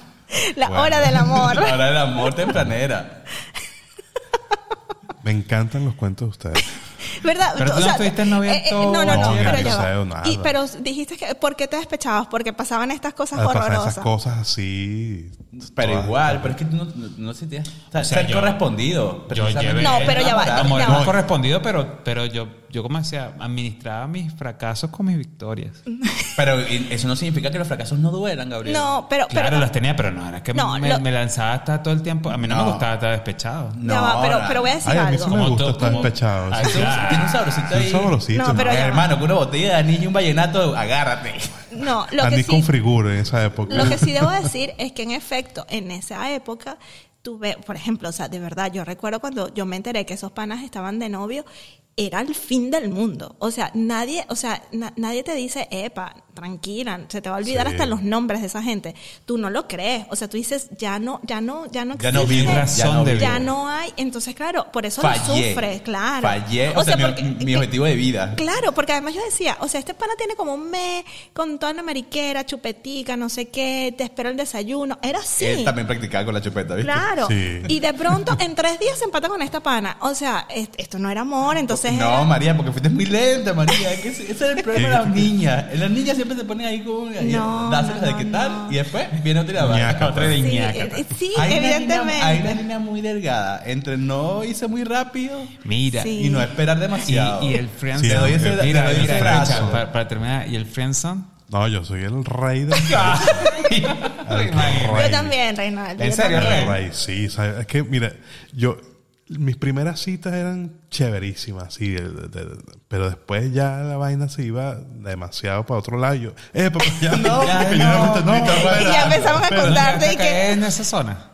Speaker 2: La
Speaker 1: Bueno.
Speaker 2: hora del
Speaker 3: (laughs)
Speaker 2: amor.
Speaker 3: La hora del amor tempranera.
Speaker 1: Me encantan los cuentos de
Speaker 2: (laughs)
Speaker 1: ustedes.
Speaker 2: ¿Verdad? eh,
Speaker 4: Pero tú no estuviste novia
Speaker 2: No, no, no,
Speaker 1: todo el
Speaker 2: pero
Speaker 1: año.
Speaker 2: ya
Speaker 1: No,
Speaker 2: va.
Speaker 1: nada.
Speaker 2: Y, pero dijiste que, ¿por qué te despechabas? Porque pasaban estas cosas
Speaker 1: Al pasar
Speaker 2: horrorosas.
Speaker 1: Ah, esas cosas así.
Speaker 3: Pero
Speaker 1: todas-
Speaker 3: igual, pero es que tú no, no, no sentías o sea,
Speaker 4: O sea,
Speaker 3: ser
Speaker 4: yo-
Speaker 3: correspondido.
Speaker 4: yo llevé-
Speaker 2: No, pero ya va,
Speaker 4: Como
Speaker 2: ya
Speaker 4: no
Speaker 2: va.
Speaker 4: correspondido, pero, pero yo, yo comencé a administraba mis fracasos con mis victorias.
Speaker 3: Pero y- eso no significa que los fracasos no duelan, Gabriel.
Speaker 2: No, pero, pero
Speaker 4: Claro, las tenía, pero no, era que
Speaker 2: No,
Speaker 4: me,
Speaker 2: lo-
Speaker 4: me lanzaba hasta todo el tiempo. A mí no,
Speaker 3: No.
Speaker 4: me gustaba estar despechado.
Speaker 2: ya va, pero, pero voy a decir
Speaker 1: Ay, a mí sí
Speaker 2: algo.
Speaker 1: me
Speaker 4: Como
Speaker 1: gusta
Speaker 4: todo-
Speaker 1: estar
Speaker 4: como- Ah,
Speaker 1: despechado.
Speaker 3: Ay,
Speaker 1: sí.
Speaker 3: tiene un- Ah, tiene un sabrosito
Speaker 1: Sí,
Speaker 3: ahí.
Speaker 1: un sabrosito,
Speaker 2: No, pero
Speaker 1: ¿no?
Speaker 2: ya
Speaker 3: Hermano, con una botella de anís y un vallenato, agárrate.
Speaker 2: No, lo
Speaker 1: Andí
Speaker 2: que
Speaker 1: con
Speaker 2: sí,
Speaker 1: friguro en esa época.
Speaker 2: Lo que sí debo decir es que en efecto, en esa época tuve, por ejemplo, o sea, de verdad, yo recuerdo cuando yo me enteré que esos panas estaban de novio, era el fin del mundo. O sea, nadie, o sea, na- nadie te dice, "Epa, tranquila, se te va a olvidar
Speaker 1: Sí.
Speaker 2: hasta los nombres de esa gente." Tú no lo crees, o sea, tú dices, "Ya no, ya no, ya no
Speaker 3: Ya no vi
Speaker 2: existe,
Speaker 4: razón de
Speaker 3: vi.
Speaker 4: vivir.
Speaker 2: ya no hay." Entonces, claro, por eso lo
Speaker 3: Fallé.
Speaker 2: sufres, claro.
Speaker 3: Fallé. O, sea, mi-
Speaker 2: porque-
Speaker 3: mi, objetivo de vida.
Speaker 2: Claro, porque además yo decía, o sea, este pana tiene como un mes con toda una mariquera, chupetica, no sé qué, te espero el desayuno. Era así.
Speaker 3: Él eh, también practicaba con la chupeta, ¿viste?
Speaker 2: Claro.
Speaker 1: Sí.
Speaker 2: Y de pronto en tres días se empata con esta pana. O sea, es- esto no era amor, entonces...
Speaker 3: No,
Speaker 2: era-
Speaker 3: María, porque fuiste muy lenta, María. Es que ese, ese era el problema de las niñas. Las niñas siempre se ponen ahí con
Speaker 2: No,
Speaker 3: dárselas de
Speaker 2: no,
Speaker 3: qué
Speaker 2: no.
Speaker 3: tal y después viene otra y la va.
Speaker 1: Ñaca, pues.
Speaker 3: otra de
Speaker 2: Sí,
Speaker 3: ñaca.
Speaker 2: eh, sí,
Speaker 3: Hay una
Speaker 2: evidentemente.
Speaker 3: línea- hay una línea muy delgada entre no irse muy rápido
Speaker 4: Mira.
Speaker 2: Sí.
Speaker 3: y no esperar
Speaker 4: Y,
Speaker 3: demasiado.
Speaker 4: y el
Speaker 1: Sí,
Speaker 4: friendzone.
Speaker 1: te doy ese-
Speaker 4: Mira,
Speaker 1: te
Speaker 4: mira,
Speaker 3: doy ese
Speaker 4: mira,
Speaker 3: brazo.
Speaker 4: Richard, para, para terminar, ¿y el friendzone?
Speaker 1: (laughs) No, yo soy el rey
Speaker 4: (laughs)
Speaker 1: de.
Speaker 2: Yo también, Reinaldo.
Speaker 4: ¿En
Speaker 2: yo
Speaker 4: serio,
Speaker 2: también. (laughs)
Speaker 1: El rey, sí. ¿sabes? Es que, mira, yo. Mis primeras citas eran chéverísimas, sí, de- de- de- pero después ya la vaina se iba demasiado para otro lado. y Yo, eh, pero
Speaker 4: (laughs)
Speaker 1: ya no,
Speaker 4: Ya
Speaker 1: que yo
Speaker 4: no.
Speaker 1: me entendí, está
Speaker 2: Y
Speaker 1: buena.
Speaker 2: ya empezamos a
Speaker 1: Pero-
Speaker 2: contarte
Speaker 4: ¿Te
Speaker 2: y que...
Speaker 4: caes en esa zona?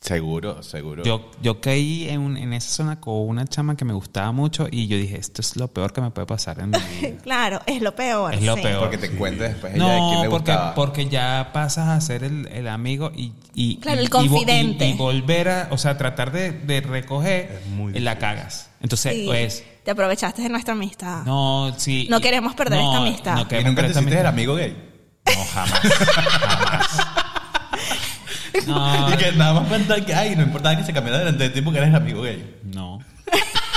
Speaker 3: Seguro, seguro.
Speaker 4: Yo, yo caí en, un- en esa zona con una chama que me gustaba mucho y yo dije, esto es lo peor que me puede pasar en mi vida.
Speaker 2: Claro, es lo peor.
Speaker 4: Es lo
Speaker 2: sí.
Speaker 4: peor.
Speaker 3: porque te cuentes después Pues, ella de quién
Speaker 4: No,
Speaker 3: le
Speaker 4: porque,
Speaker 3: gustaba.
Speaker 4: porque ya pasas a ser el, el amigo y, y-
Speaker 2: Claro,
Speaker 4: y-
Speaker 2: el
Speaker 4: y vo- y-
Speaker 2: confidente.
Speaker 4: Y, volver a, o sea, tratar de, de recoger,
Speaker 1: Es muy
Speaker 4: eh, la
Speaker 1: difícil.
Speaker 4: cagas. Entonces,
Speaker 2: Sí,
Speaker 4: es,
Speaker 2: Te aprovechaste de nuestra amistad.
Speaker 4: pues. no, sí.
Speaker 2: No queremos perder esta amistad.
Speaker 4: no
Speaker 3: ¿Y
Speaker 4: queremos
Speaker 3: nunca te
Speaker 4: perder esta
Speaker 3: hiciste el
Speaker 4: amistad.
Speaker 3: amigo gay?
Speaker 4: No, jamás. jamás. No,
Speaker 3: Y (laughs) que nada más cuenta que, ay, no importaba que se cambiara delante de tiempo que eres el amigo gay.
Speaker 4: no.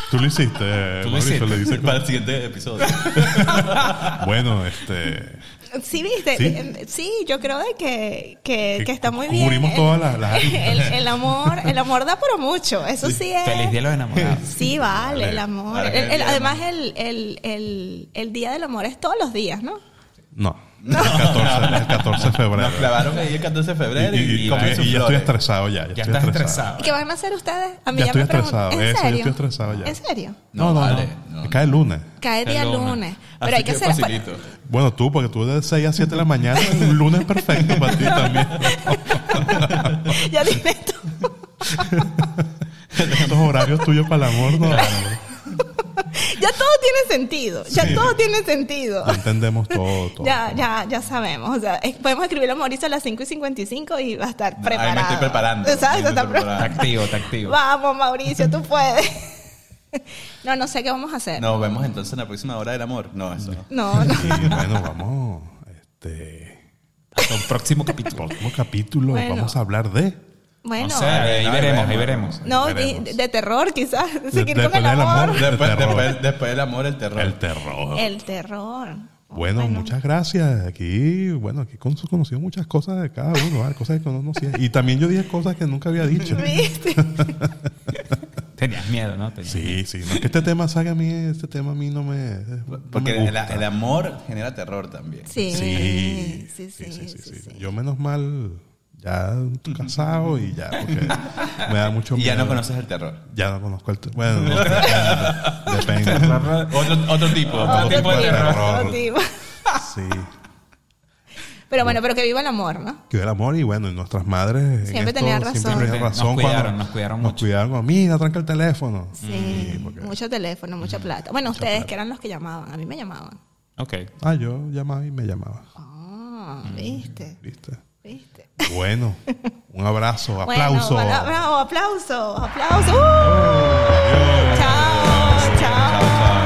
Speaker 1: Tú lo hiciste, eh,
Speaker 4: Tú lo
Speaker 1: Mauricio,
Speaker 4: hiciste.
Speaker 1: le dice
Speaker 3: (laughs) Para el siguiente episodio.
Speaker 4: (laughs)
Speaker 1: como, Bueno, este.
Speaker 2: Sí, viste.
Speaker 1: ¿Sí?
Speaker 2: Eh, Sí, yo creo de que, que,
Speaker 1: Que
Speaker 2: que está muy bien.
Speaker 1: cubrimos todas las- las aristas.
Speaker 2: (laughs) el, el amor, el amor da por mucho, eso sí es.
Speaker 4: Feliz día a los enamorados.
Speaker 2: Sí, vale, el amor.
Speaker 3: Ahora que
Speaker 2: El- el-
Speaker 3: es el día del
Speaker 2: además, el, el, el, el día del amor es todos los días, ¿no?
Speaker 1: No, el 14, el 14 de febrero.
Speaker 3: Nos clavaron ahí el 14 de febrero
Speaker 1: Y,
Speaker 3: y,
Speaker 1: y- y-
Speaker 3: comen
Speaker 1: y
Speaker 3: sus
Speaker 1: ya estoy
Speaker 3: flores.
Speaker 1: estresado ya. Ya,
Speaker 4: Ya
Speaker 1: estoy
Speaker 4: estás
Speaker 1: estresado.
Speaker 4: estresado.
Speaker 2: ¿Qué van a hacer ustedes? A mí
Speaker 1: Ya
Speaker 2: ya,
Speaker 1: estoy
Speaker 2: me preguntan.
Speaker 1: estresado,
Speaker 2: ¿En
Speaker 1: eso, yo
Speaker 2: serio?
Speaker 1: estoy estresado ya.
Speaker 2: ¿En serio?
Speaker 1: No, no,
Speaker 3: No, vale,
Speaker 1: no.
Speaker 3: no.
Speaker 1: Cae el lunes.
Speaker 2: Cae
Speaker 4: El
Speaker 2: día
Speaker 4: lunes.
Speaker 2: lunes. Pero
Speaker 3: Así
Speaker 2: hay que hacer.
Speaker 3: facilito.
Speaker 1: Bueno, tú, porque tú de 6 a 7 de la mañana, un lunes perfecto para ti también.
Speaker 2: (laughs) ya dime tú.
Speaker 1: Estos horarios tuyos para el amor, no. no
Speaker 2: Ya todo tiene sentido. Ya
Speaker 1: Sí.
Speaker 2: todo tiene sentido.
Speaker 1: entendemos todo, todo.
Speaker 2: Ya, ya, ya sabemos. O sea, es- podemos escribirle a Mauricio a las 5 y 55 y va a estar
Speaker 3: me
Speaker 2: preparado.
Speaker 3: estoy preparando. Ahí
Speaker 2: Exacto,
Speaker 3: me
Speaker 2: está
Speaker 3: estoy preparando.
Speaker 4: Está activo, está activo.
Speaker 2: Vamos, Mauricio, tú puedes. (laughs) no, no sé qué vamos a
Speaker 4: Eh.
Speaker 2: hacer.
Speaker 3: Nos vemos entonces en la próxima hora del amor. No, eso no.
Speaker 2: No, no.
Speaker 1: Y bueno, vamos. Este.
Speaker 4: Hasta un próximo capítulo.
Speaker 1: Próximo capítulo,
Speaker 2: Bueno.
Speaker 1: vamos a hablar de.
Speaker 2: Bueno.
Speaker 4: No sé, ahí
Speaker 3: Ahí
Speaker 4: veremos, ahí
Speaker 3: veremos.
Speaker 4: veremos.
Speaker 2: No, de,
Speaker 1: Veremos.
Speaker 2: de terror quizás. Seguir
Speaker 1: de
Speaker 2: con el
Speaker 1: poner el
Speaker 2: amor.
Speaker 1: amor.
Speaker 3: Después,
Speaker 1: El terror.
Speaker 3: después, después del amor, el terror.
Speaker 1: El terror.
Speaker 2: El terror.
Speaker 1: Bueno, muchas gracias. Aquí, bueno, aquí con conocí muchas cosas de cada uno, ¿vale? cosas que no conocía. Y también yo dije cosas que nunca había
Speaker 2: (laughs)
Speaker 1: dicho.
Speaker 2: ¿Viste?
Speaker 4: Tenías miedo, ¿no? Tenías
Speaker 1: Sí,
Speaker 4: miedo.
Speaker 1: sí. No es que este tema salga a mí, este tema a mí no me. no
Speaker 3: Porque
Speaker 1: me
Speaker 3: el,
Speaker 1: gusta.
Speaker 3: el amor genera terror también.
Speaker 2: Sí.
Speaker 1: Sí,
Speaker 2: Sí, sí, sí, sí, sí.
Speaker 1: Yo menos mal ya estoy casado y ya, porque
Speaker 4: (laughs)
Speaker 1: me da mucho
Speaker 3: Y
Speaker 1: miedo.
Speaker 3: ya no conoces el terror.
Speaker 1: Ya no conozco el... te- Bueno,
Speaker 4: (laughs)
Speaker 1: no, depende. depende.
Speaker 3: Otro, otro tipo.
Speaker 1: Ah,
Speaker 3: otro tipo
Speaker 1: tipo
Speaker 3: de
Speaker 1: de
Speaker 3: terror.
Speaker 1: terror.
Speaker 2: Otro tipo.
Speaker 1: Sí.
Speaker 2: Pero bueno, pero que viva el amor, ¿no?
Speaker 1: Que el amor y bueno, y nuestras madres... en
Speaker 2: Siempre tenían razón.
Speaker 1: Siempre tenían
Speaker 4: Nos
Speaker 1: razón.
Speaker 4: cuidaron,
Speaker 1: cuando
Speaker 4: nos cuidaron
Speaker 1: Nos
Speaker 4: mucho.
Speaker 1: cuidaron como, mira, tranca el teléfono.
Speaker 2: Sí.
Speaker 1: porque-
Speaker 2: Mucho teléfono, mucha plata. Bueno, ustedes que eran los que llamaban. A mí me llamaban.
Speaker 4: Ok.
Speaker 1: Ah, yo llamaba y me llamaba.
Speaker 2: Ah, Ah, viste,
Speaker 1: ¿Viste?
Speaker 2: viste. (laughs)
Speaker 1: Bueno, un abrazo,
Speaker 2: Bueno,
Speaker 1: aplauso.
Speaker 2: bra- bravo, aplauso, aplauso. ¡Uh! Chao, chao.
Speaker 3: Chao, chao.